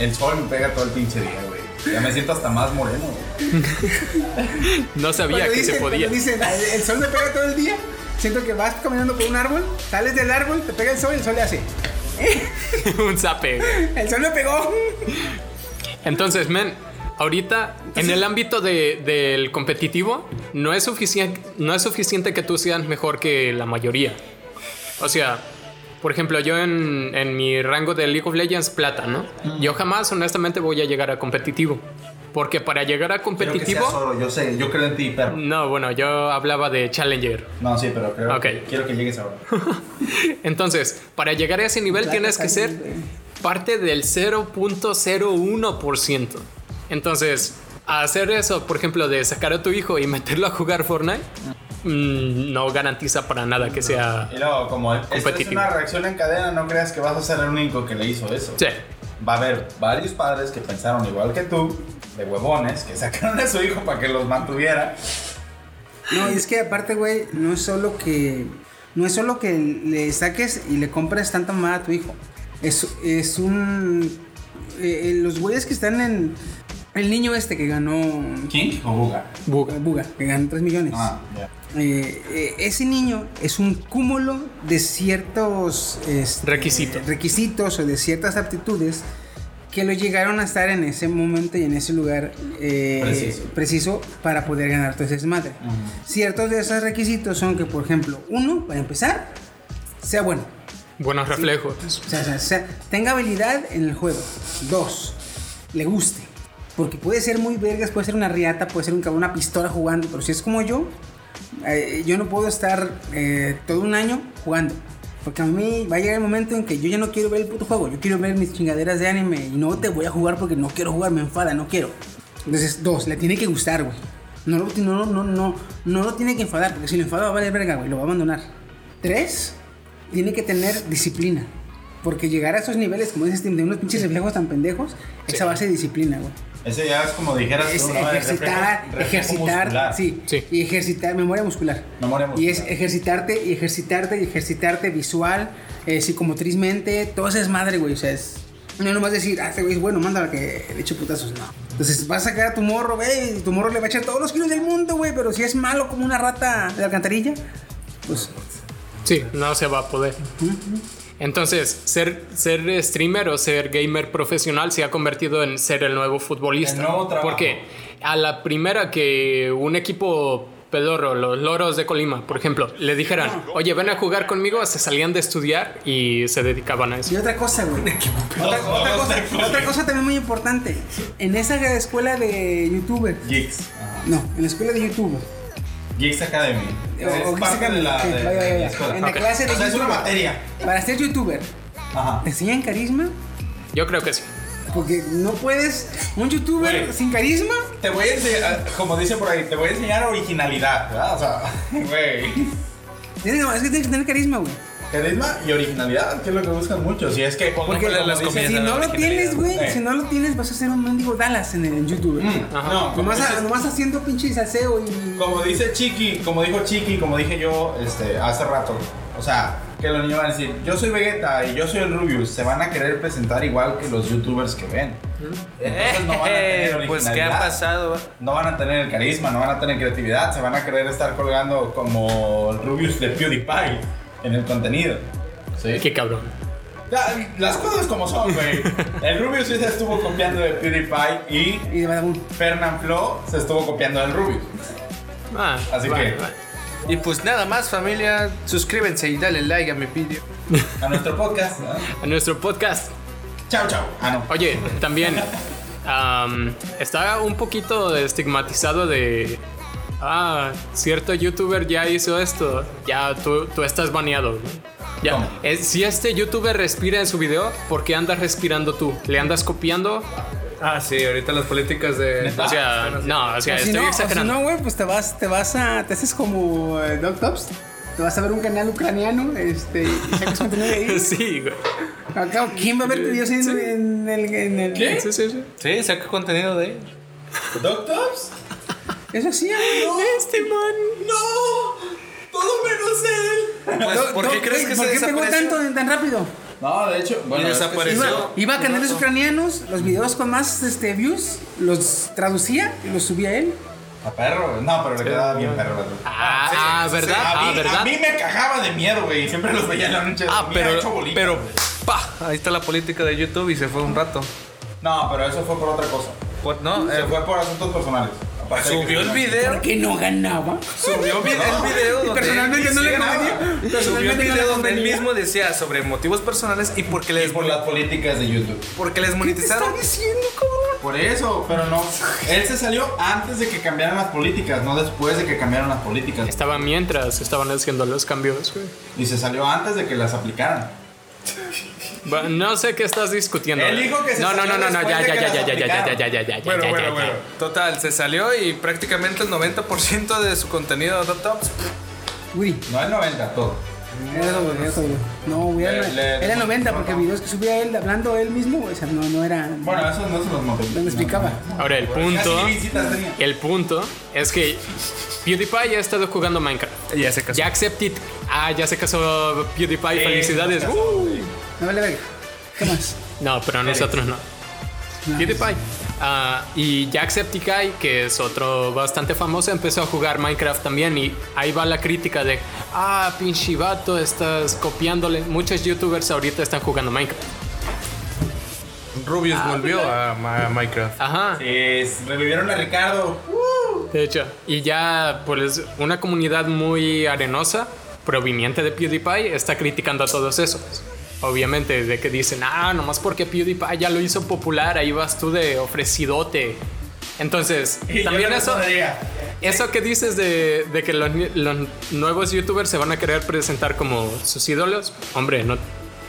Speaker 8: El sol me pega todo el pinche día, güey. Ya me siento hasta más moreno, güey.
Speaker 2: No sabía
Speaker 3: Cuando
Speaker 2: que
Speaker 3: dicen-
Speaker 2: se podía.
Speaker 3: cuando dicen, "Ay, el sol me pega todo el día. Siento que vas caminando por un árbol, sales del árbol, te pega el sol y el sol le hace.
Speaker 2: Un zape.
Speaker 3: El sol me pegó.
Speaker 2: Entonces, men, ahorita en el ámbito de- del competitivo, no es, suficiente, no es suficiente que tú seas mejor que la mayoría. O sea, por ejemplo, yo en, en mi rango de League of Legends plata, ¿no? Yo jamás, honestamente, voy a llegar a competitivo. Porque para llegar a
Speaker 8: Quiero que seas
Speaker 2: competitivo.
Speaker 8: oro, yo sé, yo creo en ti, perro.
Speaker 2: No, bueno, yo hablaba de Challenger.
Speaker 8: No, sí, pero creo
Speaker 2: Ok.
Speaker 8: que quiero que llegues ahora.
Speaker 2: Entonces, para llegar a ese nivel tienes que ser parte del 0.01%. Entonces, hacer eso, por ejemplo, de sacar a tu hijo y meterlo a jugar Fortnite, mm, no garantiza para nada que sea...
Speaker 8: Y luego, como esto es
Speaker 2: Competitivo.
Speaker 8: una reacción en cadena, no creas que vas a ser el único que le hizo eso.
Speaker 2: Sí,
Speaker 8: Va a haber varios padres que pensaron igual que tú, de huevones, que sacaron a su hijo para que los mantuviera.
Speaker 3: No, y es que aparte, güey, no es solo que. No es solo que le saques y le compres tanta mamada a tu hijo. Es, es un. eh, eh, los güeyes que están en. El niño este que ganó.
Speaker 8: ¿King o Buga?
Speaker 3: Pues,
Speaker 2: Buga.
Speaker 3: Buga, que ganó 3 millones.
Speaker 8: Ah, ya.
Speaker 3: Eh, eh, ese niño es un cúmulo de ciertos este,
Speaker 2: Requisitos.
Speaker 3: requisitos o de ciertas aptitudes que lo llegaron a estar en ese momento y en ese lugar eh,
Speaker 8: Preciso.
Speaker 3: preciso. para poder ganar todo ese desmadre. Ciertos de esos requisitos son que, por ejemplo, uno, para empezar, sea bueno.
Speaker 2: buenos reflejos.
Speaker 3: O sea, o sea, o sea, tenga habilidad en el juego. Dos, le guste. Porque puede ser muy vergas, puede ser una riata, puede ser un cabrón, una pistola jugando. Pero si es como yo, eh, yo no puedo estar eh, todo un año jugando. Porque a mí va a llegar el momento en que yo ya no quiero ver el puto juego. Yo quiero ver mis chingaderas de anime. Y no te voy a jugar porque no quiero jugar, me enfada, no quiero. Entonces, dos, le tiene que gustar, güey. No lo, no, no, no, no lo tiene que enfadar. Porque si lo enfada va a valer verga, güey. Lo va a abandonar. Tres, tiene que tener disciplina. Porque llegar a esos niveles, como dices, Tim, de unos pinches reflejos tan pendejos, es a base de disciplina, güey.
Speaker 8: Ese ya es como dijeras tú,
Speaker 3: Es
Speaker 8: ¿no? El
Speaker 3: ejercitar,
Speaker 8: reflejo- reflejo
Speaker 3: ejercitar,
Speaker 8: muscular.
Speaker 3: sí,
Speaker 2: Sí.
Speaker 3: Y ejercitar memoria muscular.
Speaker 8: Memoria
Speaker 3: Y
Speaker 8: muscular.
Speaker 3: es ejercitarte y ejercitarte y ejercitarte visual, eh, psicomotrizmente, todo eso es madre, güey. O sea, es. No nomás decir, ah, este güey es bueno, mándala que le eche putazos, no. Entonces vas a sacar a tu morro, güey, y tu morro le va a echar todos los kilos del mundo, güey, pero si es malo como una rata de alcantarilla, pues
Speaker 2: Sí, no se va a poder. Entonces, ser, ser streamer o ser gamer profesional se ha convertido en ser el nuevo futbolista.
Speaker 8: El nuevo trabajo.
Speaker 2: Porque a la primera que un equipo pedorro, los loros de Colima, por ejemplo, le dijeran, oye, ven a jugar conmigo, se salían de estudiar y se dedicaban a eso.
Speaker 3: Y otra cosa, güey. Otra,
Speaker 8: No,
Speaker 3: otra
Speaker 8: no,
Speaker 3: cosa,
Speaker 8: no, no.
Speaker 3: otra cosa también muy importante. En esa escuela de youtuber.
Speaker 8: Geeks. Ajá.
Speaker 3: No, en la escuela de youtuber.
Speaker 8: Geeks Academy.
Speaker 3: O-
Speaker 8: es
Speaker 3: o que
Speaker 8: parte
Speaker 3: sacan-
Speaker 8: de la,
Speaker 3: sí,
Speaker 8: de,
Speaker 3: vaya, vaya,
Speaker 8: de la
Speaker 3: vaya.
Speaker 8: escuela.
Speaker 3: En la
Speaker 8: Ok.
Speaker 3: clase de
Speaker 8: O sea, es una
Speaker 3: youtuber.
Speaker 8: materia.
Speaker 3: Para ser youtuber,
Speaker 8: Ajá.
Speaker 3: ¿te enseñan carisma?
Speaker 2: Yo creo que sí.
Speaker 3: Porque no puedes. Un youtuber
Speaker 8: Güey.
Speaker 3: sin carisma.
Speaker 8: Te voy a enseñar, como dice por ahí, te voy a enseñar originalidad, ¿verdad? O sea, güey.
Speaker 3: Tienes que- Es que tienes que tener carisma, güey.
Speaker 8: Carisma y originalidad, que es lo que buscan muchos. Y es que,
Speaker 11: Porque
Speaker 8: como
Speaker 11: las
Speaker 8: dices-
Speaker 11: comidas
Speaker 3: Si no lo tienes, güey.
Speaker 8: Eh.
Speaker 3: Si no lo tienes, vas a ser un mendigo Dallas en el en youtuber.
Speaker 8: Mm,
Speaker 2: Ajá.
Speaker 8: No, como
Speaker 3: Nomás,
Speaker 8: dices-
Speaker 3: a- nomás haciendo pinche saseo y.
Speaker 8: Como dice Chiqui, como dijo Chiqui, como dije yo este, hace rato, o sea, que los niños van a decir, yo soy Vegeta y yo soy el Rubius, se van a querer presentar igual que los youtubers que ven. Entonces no van a tener originalidad,
Speaker 11: pues, ¿qué ha pasado?
Speaker 8: no van a tener el carisma, no van a tener creatividad, se van a querer estar colgando como el Rubius de PewDiePie en el contenido. ¿Sí?
Speaker 2: Qué cabrón.
Speaker 8: Ya, Las cosas como son, güey. El Rubius sí se estuvo copiando de PewDiePie y
Speaker 3: Y de Badabun.
Speaker 8: Fernan Flo se estuvo copiando del Rubius.
Speaker 2: Ah,
Speaker 8: Así
Speaker 2: vale,
Speaker 8: que-
Speaker 2: vale.
Speaker 6: Y pues nada más, familia. Suscríbanse y dale like a mi video.
Speaker 8: A nuestro podcast. ¿no?
Speaker 2: A nuestro podcast.
Speaker 8: Chao, chao. Ah, no.
Speaker 2: Oye, también am, está un poquito estigmatizado de. Ah, cierto youtuber ya hizo esto. Ya tú, tú estás baneado. ¿no? Ya,
Speaker 8: ¿Cómo?
Speaker 2: eh, si este youtuber respira en su video, ¿por qué andas respirando tú? ¿Le andas copiando?
Speaker 6: Ah, sí, ahorita las políticas de.
Speaker 2: O sea, no, o sea,
Speaker 3: O si
Speaker 2: estoy
Speaker 3: no, o si
Speaker 2: exagerando.
Speaker 3: no, güey, pues te vas, te vas a. Te haces como eh, Doc Tops. Te vas a ver un canal ucraniano, este, y sacas contenido de ahí.
Speaker 2: Sí, güey.
Speaker 3: Al cabo, ¿quién va a ver tu videos en, en el, en el-
Speaker 2: Sí, sí, sí.
Speaker 6: Sí, saca contenido de ellos.
Speaker 8: ¿Doctors?
Speaker 3: Eso sí, güey, no.
Speaker 2: Este man.
Speaker 8: ¡No! ¡Todo menos él!
Speaker 6: Pues,
Speaker 3: Doc-
Speaker 6: ¿por qué
Speaker 3: Doc,
Speaker 6: crees que
Speaker 3: ¿Por
Speaker 6: se
Speaker 3: qué pegó
Speaker 6: desapareció?
Speaker 3: tanto tan rápido?
Speaker 8: No, de hecho,
Speaker 6: Y
Speaker 8: bueno, Ah, es que sí.
Speaker 6: desapareció.
Speaker 3: Iba a canales ucranianos, los videos con más este, views, los traducía y los subía él.
Speaker 8: A perro, no, pero le quedaba bien perro. la neta.
Speaker 2: Ah,
Speaker 8: Sí,
Speaker 2: ah,
Speaker 8: sí,
Speaker 2: ¿verdad?
Speaker 8: a mí-
Speaker 2: Ah, ¿verdad?
Speaker 8: A mí me cagaba de miedo, güey. Siempre los veía en la noche.
Speaker 6: Ah,
Speaker 8: dormía
Speaker 6: pero.
Speaker 8: hecho bolita,
Speaker 6: Pero.
Speaker 8: güey.
Speaker 6: ¡Pah! Ahí está la política de YouTube y se fue un rato.
Speaker 8: No, pero eso fue por otra cosa.
Speaker 6: Por- no,
Speaker 8: Se
Speaker 6: eh,
Speaker 8: fue por asuntos personales. Aparte de que-
Speaker 6: subió el video.
Speaker 3: Que no ganaba.
Speaker 6: Subió vi- el video donde.
Speaker 3: personalmente
Speaker 6: él
Speaker 3: no le
Speaker 6: decía-
Speaker 3: convenía.
Speaker 6: Subió el
Speaker 3: Personalmente no le
Speaker 6: video donde él
Speaker 3: convenía.
Speaker 6: mismo decía sobre motivos personales y porque
Speaker 8: Y
Speaker 6: les,
Speaker 8: por las políticas de YouTube.
Speaker 6: porque les monetizaron.
Speaker 3: diciendo, cabrón?
Speaker 8: Por eso, pero no. Él se salió antes de que cambiaran las políticas, no después de que cambiaron las políticas.
Speaker 2: Estaba mientras estaban haciendo los cambios, güey.
Speaker 8: Y se salió antes de que las aplicaran.
Speaker 2: Bueno, No sé qué estás discutiendo.
Speaker 8: Él dijo que se
Speaker 2: No, no,
Speaker 8: salió
Speaker 2: no, no, no,
Speaker 8: después
Speaker 2: ya,
Speaker 8: de
Speaker 2: ya,
Speaker 8: que
Speaker 2: ya,
Speaker 8: las
Speaker 2: ya, ya, ya, ya,
Speaker 8: aplicaron.
Speaker 2: ya, ya, ya,
Speaker 6: Bueno,
Speaker 2: ya,
Speaker 6: bueno,
Speaker 2: ya,
Speaker 6: bueno.
Speaker 2: ya.
Speaker 6: Total, se salió y prácticamente el 90% de su contenido de Top Tops.
Speaker 3: Uri,
Speaker 8: No el 90, todo.
Speaker 3: era todo, era todo. No, güey, era,
Speaker 8: Le- le-
Speaker 3: era 90, porque videos que subía él hablando él mismo, o sea, no, no era.
Speaker 8: Bueno, eso no se los mostré.
Speaker 3: no me explicaba.
Speaker 2: Ahora el punto,
Speaker 8: Casi ni visitas tenía.
Speaker 2: el punto es que PewDiePie ya ha estado jugando Minecraft.
Speaker 6: Y ya se casó.
Speaker 2: Ya accepted. Ah, ya se casó PewDiePie, felicidades. Uh.
Speaker 3: No vale verga. ¿Qué más?
Speaker 2: No, pero nosotros no. PewDiePie. Ah, y Jacksepticeye, que es otro bastante famoso, empezó a jugar Minecraft también. Y ahí va la crítica de: Ah, pinche vato, estás copiándole. Muchos youtubers ahorita están jugando Minecraft.
Speaker 6: Rubius volvió a, Ma- a Minecraft.
Speaker 2: Ajá.
Speaker 8: Es- revivieron a Ricardo.
Speaker 2: De hecho, y ya pues una comunidad muy arenosa, proveniente de PewDiePie, está criticando a todos esos. Obviamente, de que dicen, ah, nomás porque PewDiePie ya lo hizo popular, ahí vas tú de ofrecidote. Entonces,
Speaker 8: Y yo
Speaker 2: también
Speaker 8: le
Speaker 2: eso,
Speaker 8: respondería,
Speaker 2: eso que dices de, de que los, ni- los nuevos youtubers se van a querer presentar como sus ídolos, hombre, no,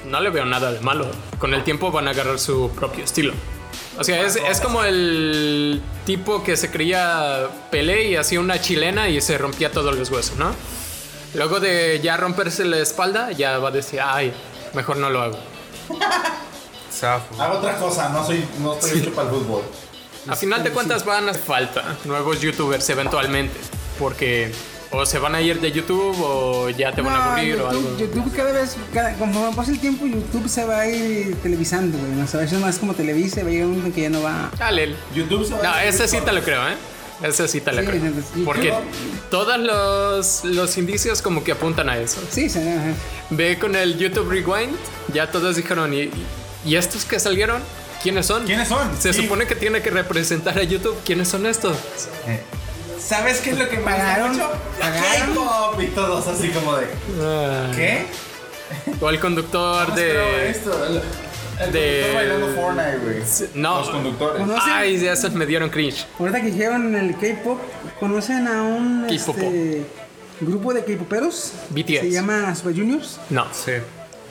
Speaker 2: no le veo nada de malo. Con el tiempo van a agarrar su propio estilo. O sea, es, es como el tipo que se creía Pelé y hacía una chilena y se rompía todos los huesos, ¿no? Luego de ya romperse la espalda, ya va a decir, ay, mejor no lo hago.
Speaker 6: Zafo.
Speaker 8: Hago otra cosa, no soy, no estoy hecho para el fútbol.
Speaker 2: A final de cuentas van a falta nuevos youtubers eventualmente, porque o se van a ir de YouTube o ya te van a
Speaker 3: No,
Speaker 2: morir
Speaker 3: YouTube,
Speaker 2: o algo.
Speaker 3: YouTube cada vez, cada, conforme pasa el tiempo, YouTube se va a ir televisando, güey. No se va a hacer más como Televisa, va a llegar un momento que ya no va.
Speaker 2: Dale.
Speaker 8: YouTube se va
Speaker 2: No,
Speaker 8: a-
Speaker 2: esa sí te lo creo, ¿eh? Esa sí te la
Speaker 3: Sí,
Speaker 2: creo.
Speaker 3: sí, sí.
Speaker 2: Porque
Speaker 3: Yo-
Speaker 2: todos los, los indicios como que apuntan a eso.
Speaker 3: Sí, se ajá.
Speaker 2: Ve con el YouTube Rewind, ya todos dijeron, ¿y, y estos que salieron? ¿Quiénes son?
Speaker 8: ¿Quiénes son?
Speaker 2: Se
Speaker 8: Sí.
Speaker 2: supone que tiene que representar a YouTube. ¿Quiénes son estos?
Speaker 8: ¿Sabes qué es lo que me gusta
Speaker 3: Pagaron,
Speaker 8: mucho?
Speaker 3: pagaron.
Speaker 8: K-pop y todos así como de.
Speaker 2: Ah,
Speaker 8: ¿Qué?
Speaker 2: O el conductor
Speaker 8: No esperaba
Speaker 2: de...
Speaker 8: esto. El, Ah, el
Speaker 2: de-
Speaker 8: conductor bailando Fortnite, güey.
Speaker 2: No.
Speaker 8: Los conductores.
Speaker 3: ¿Conocen?
Speaker 2: Ay, de esos me dieron cringe.
Speaker 3: Ahorita que llegaron en el K-pop, ¿conocen a un
Speaker 2: K-popo.
Speaker 3: este, grupo de K-poperos?
Speaker 2: BTS.
Speaker 3: Se llama Super Juniors,
Speaker 2: No.
Speaker 6: Sí.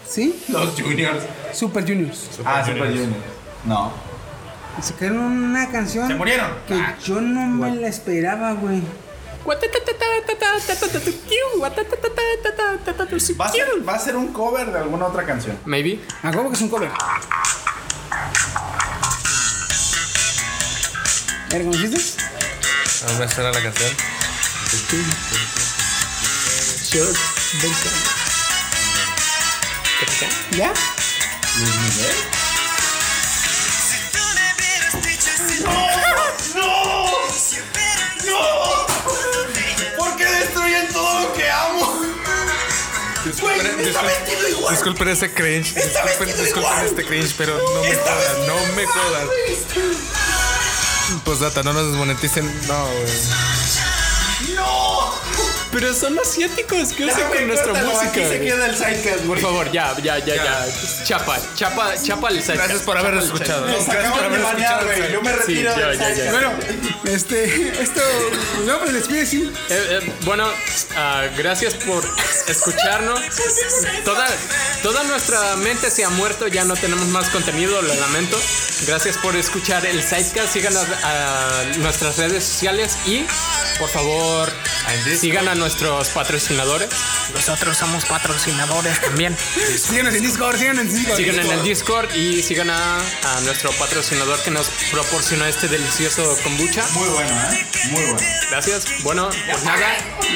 Speaker 3: ¿sí?
Speaker 8: Los juniors.
Speaker 3: Super Juniors.
Speaker 8: ah, Super Juniors. No.
Speaker 3: Y Sacaron una canción.
Speaker 8: Se murieron.
Speaker 3: Que yo no me la esperaba, güey.
Speaker 8: Va a, ser, va a ser un cover de alguna otra canción.
Speaker 2: Maybe.
Speaker 3: ¿A cómo que es un cover? ¿La reconociste?
Speaker 6: No me suena la canción.
Speaker 3: ¿Ya?
Speaker 8: ¿Por qué destruyen todo lo que amo?
Speaker 6: Disculpen,
Speaker 12: Güey, me está
Speaker 6: disculpen-
Speaker 12: metiendo igual.
Speaker 6: disculpen ese cringe.
Speaker 12: Me está
Speaker 6: Disculpen,
Speaker 12: metiendo
Speaker 6: disculpen
Speaker 12: igual.
Speaker 6: este cringe, pero no me
Speaker 12: Esta
Speaker 6: jodas,
Speaker 12: vez
Speaker 6: no me jodas. Pues data, no nos desmoneticen. No, güey.
Speaker 12: ¡No!
Speaker 2: Pero son asiáticos, ¿qué hacen con nuestra música?
Speaker 5: queda el sidecast,
Speaker 2: Por favor, ya, ya, ya, ya. Chapa, chapa, chapa el sidecast.
Speaker 6: Gracias por haber
Speaker 2: Chapa el
Speaker 6: escuchado.
Speaker 2: sidecast.
Speaker 5: Nos acaban de banear, güey. Yo me
Speaker 2: Sí,
Speaker 5: retiro.
Speaker 2: ya,
Speaker 5: del
Speaker 2: ya, ya.
Speaker 5: sidecast.
Speaker 3: Bueno, este, esto, no, pues les pido decir,
Speaker 2: Eh, eh, bueno, ah, gracias por escucharnos. Toda, toda nuestra mente se ha muerto, ya no tenemos más contenido, lo lamento. Gracias por escuchar el Sidecast, sigan a, a nuestras redes sociales y, por favor, sigan a nuestros patrocinadores. Nosotros somos patrocinadores también.
Speaker 3: síganos en Discord, síganos en Discord.
Speaker 2: Sigan en el Discord y sigan a, a nuestro patrocinador que nos proporcionó este delicioso kombucha.
Speaker 5: Muy bueno, ¿eh? Muy bueno.
Speaker 2: Gracias. Bueno, pues nada.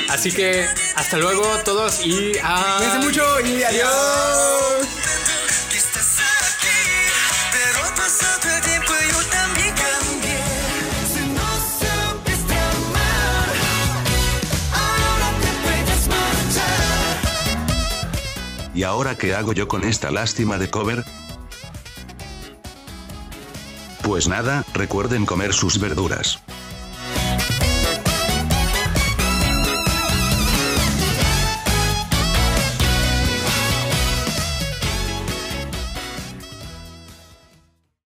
Speaker 2: Así que hasta luego todos y ah,
Speaker 3: Cuídense mucho y adiós.
Speaker 13: que estás aquí, pero ha pasado el tiempo y yo también cambié. Si no supiste amar, ahora te puedes marchar.
Speaker 1: ¿Y ahora qué hago yo con esta lástima de cover? Pues nada, recuerden comer sus verduras.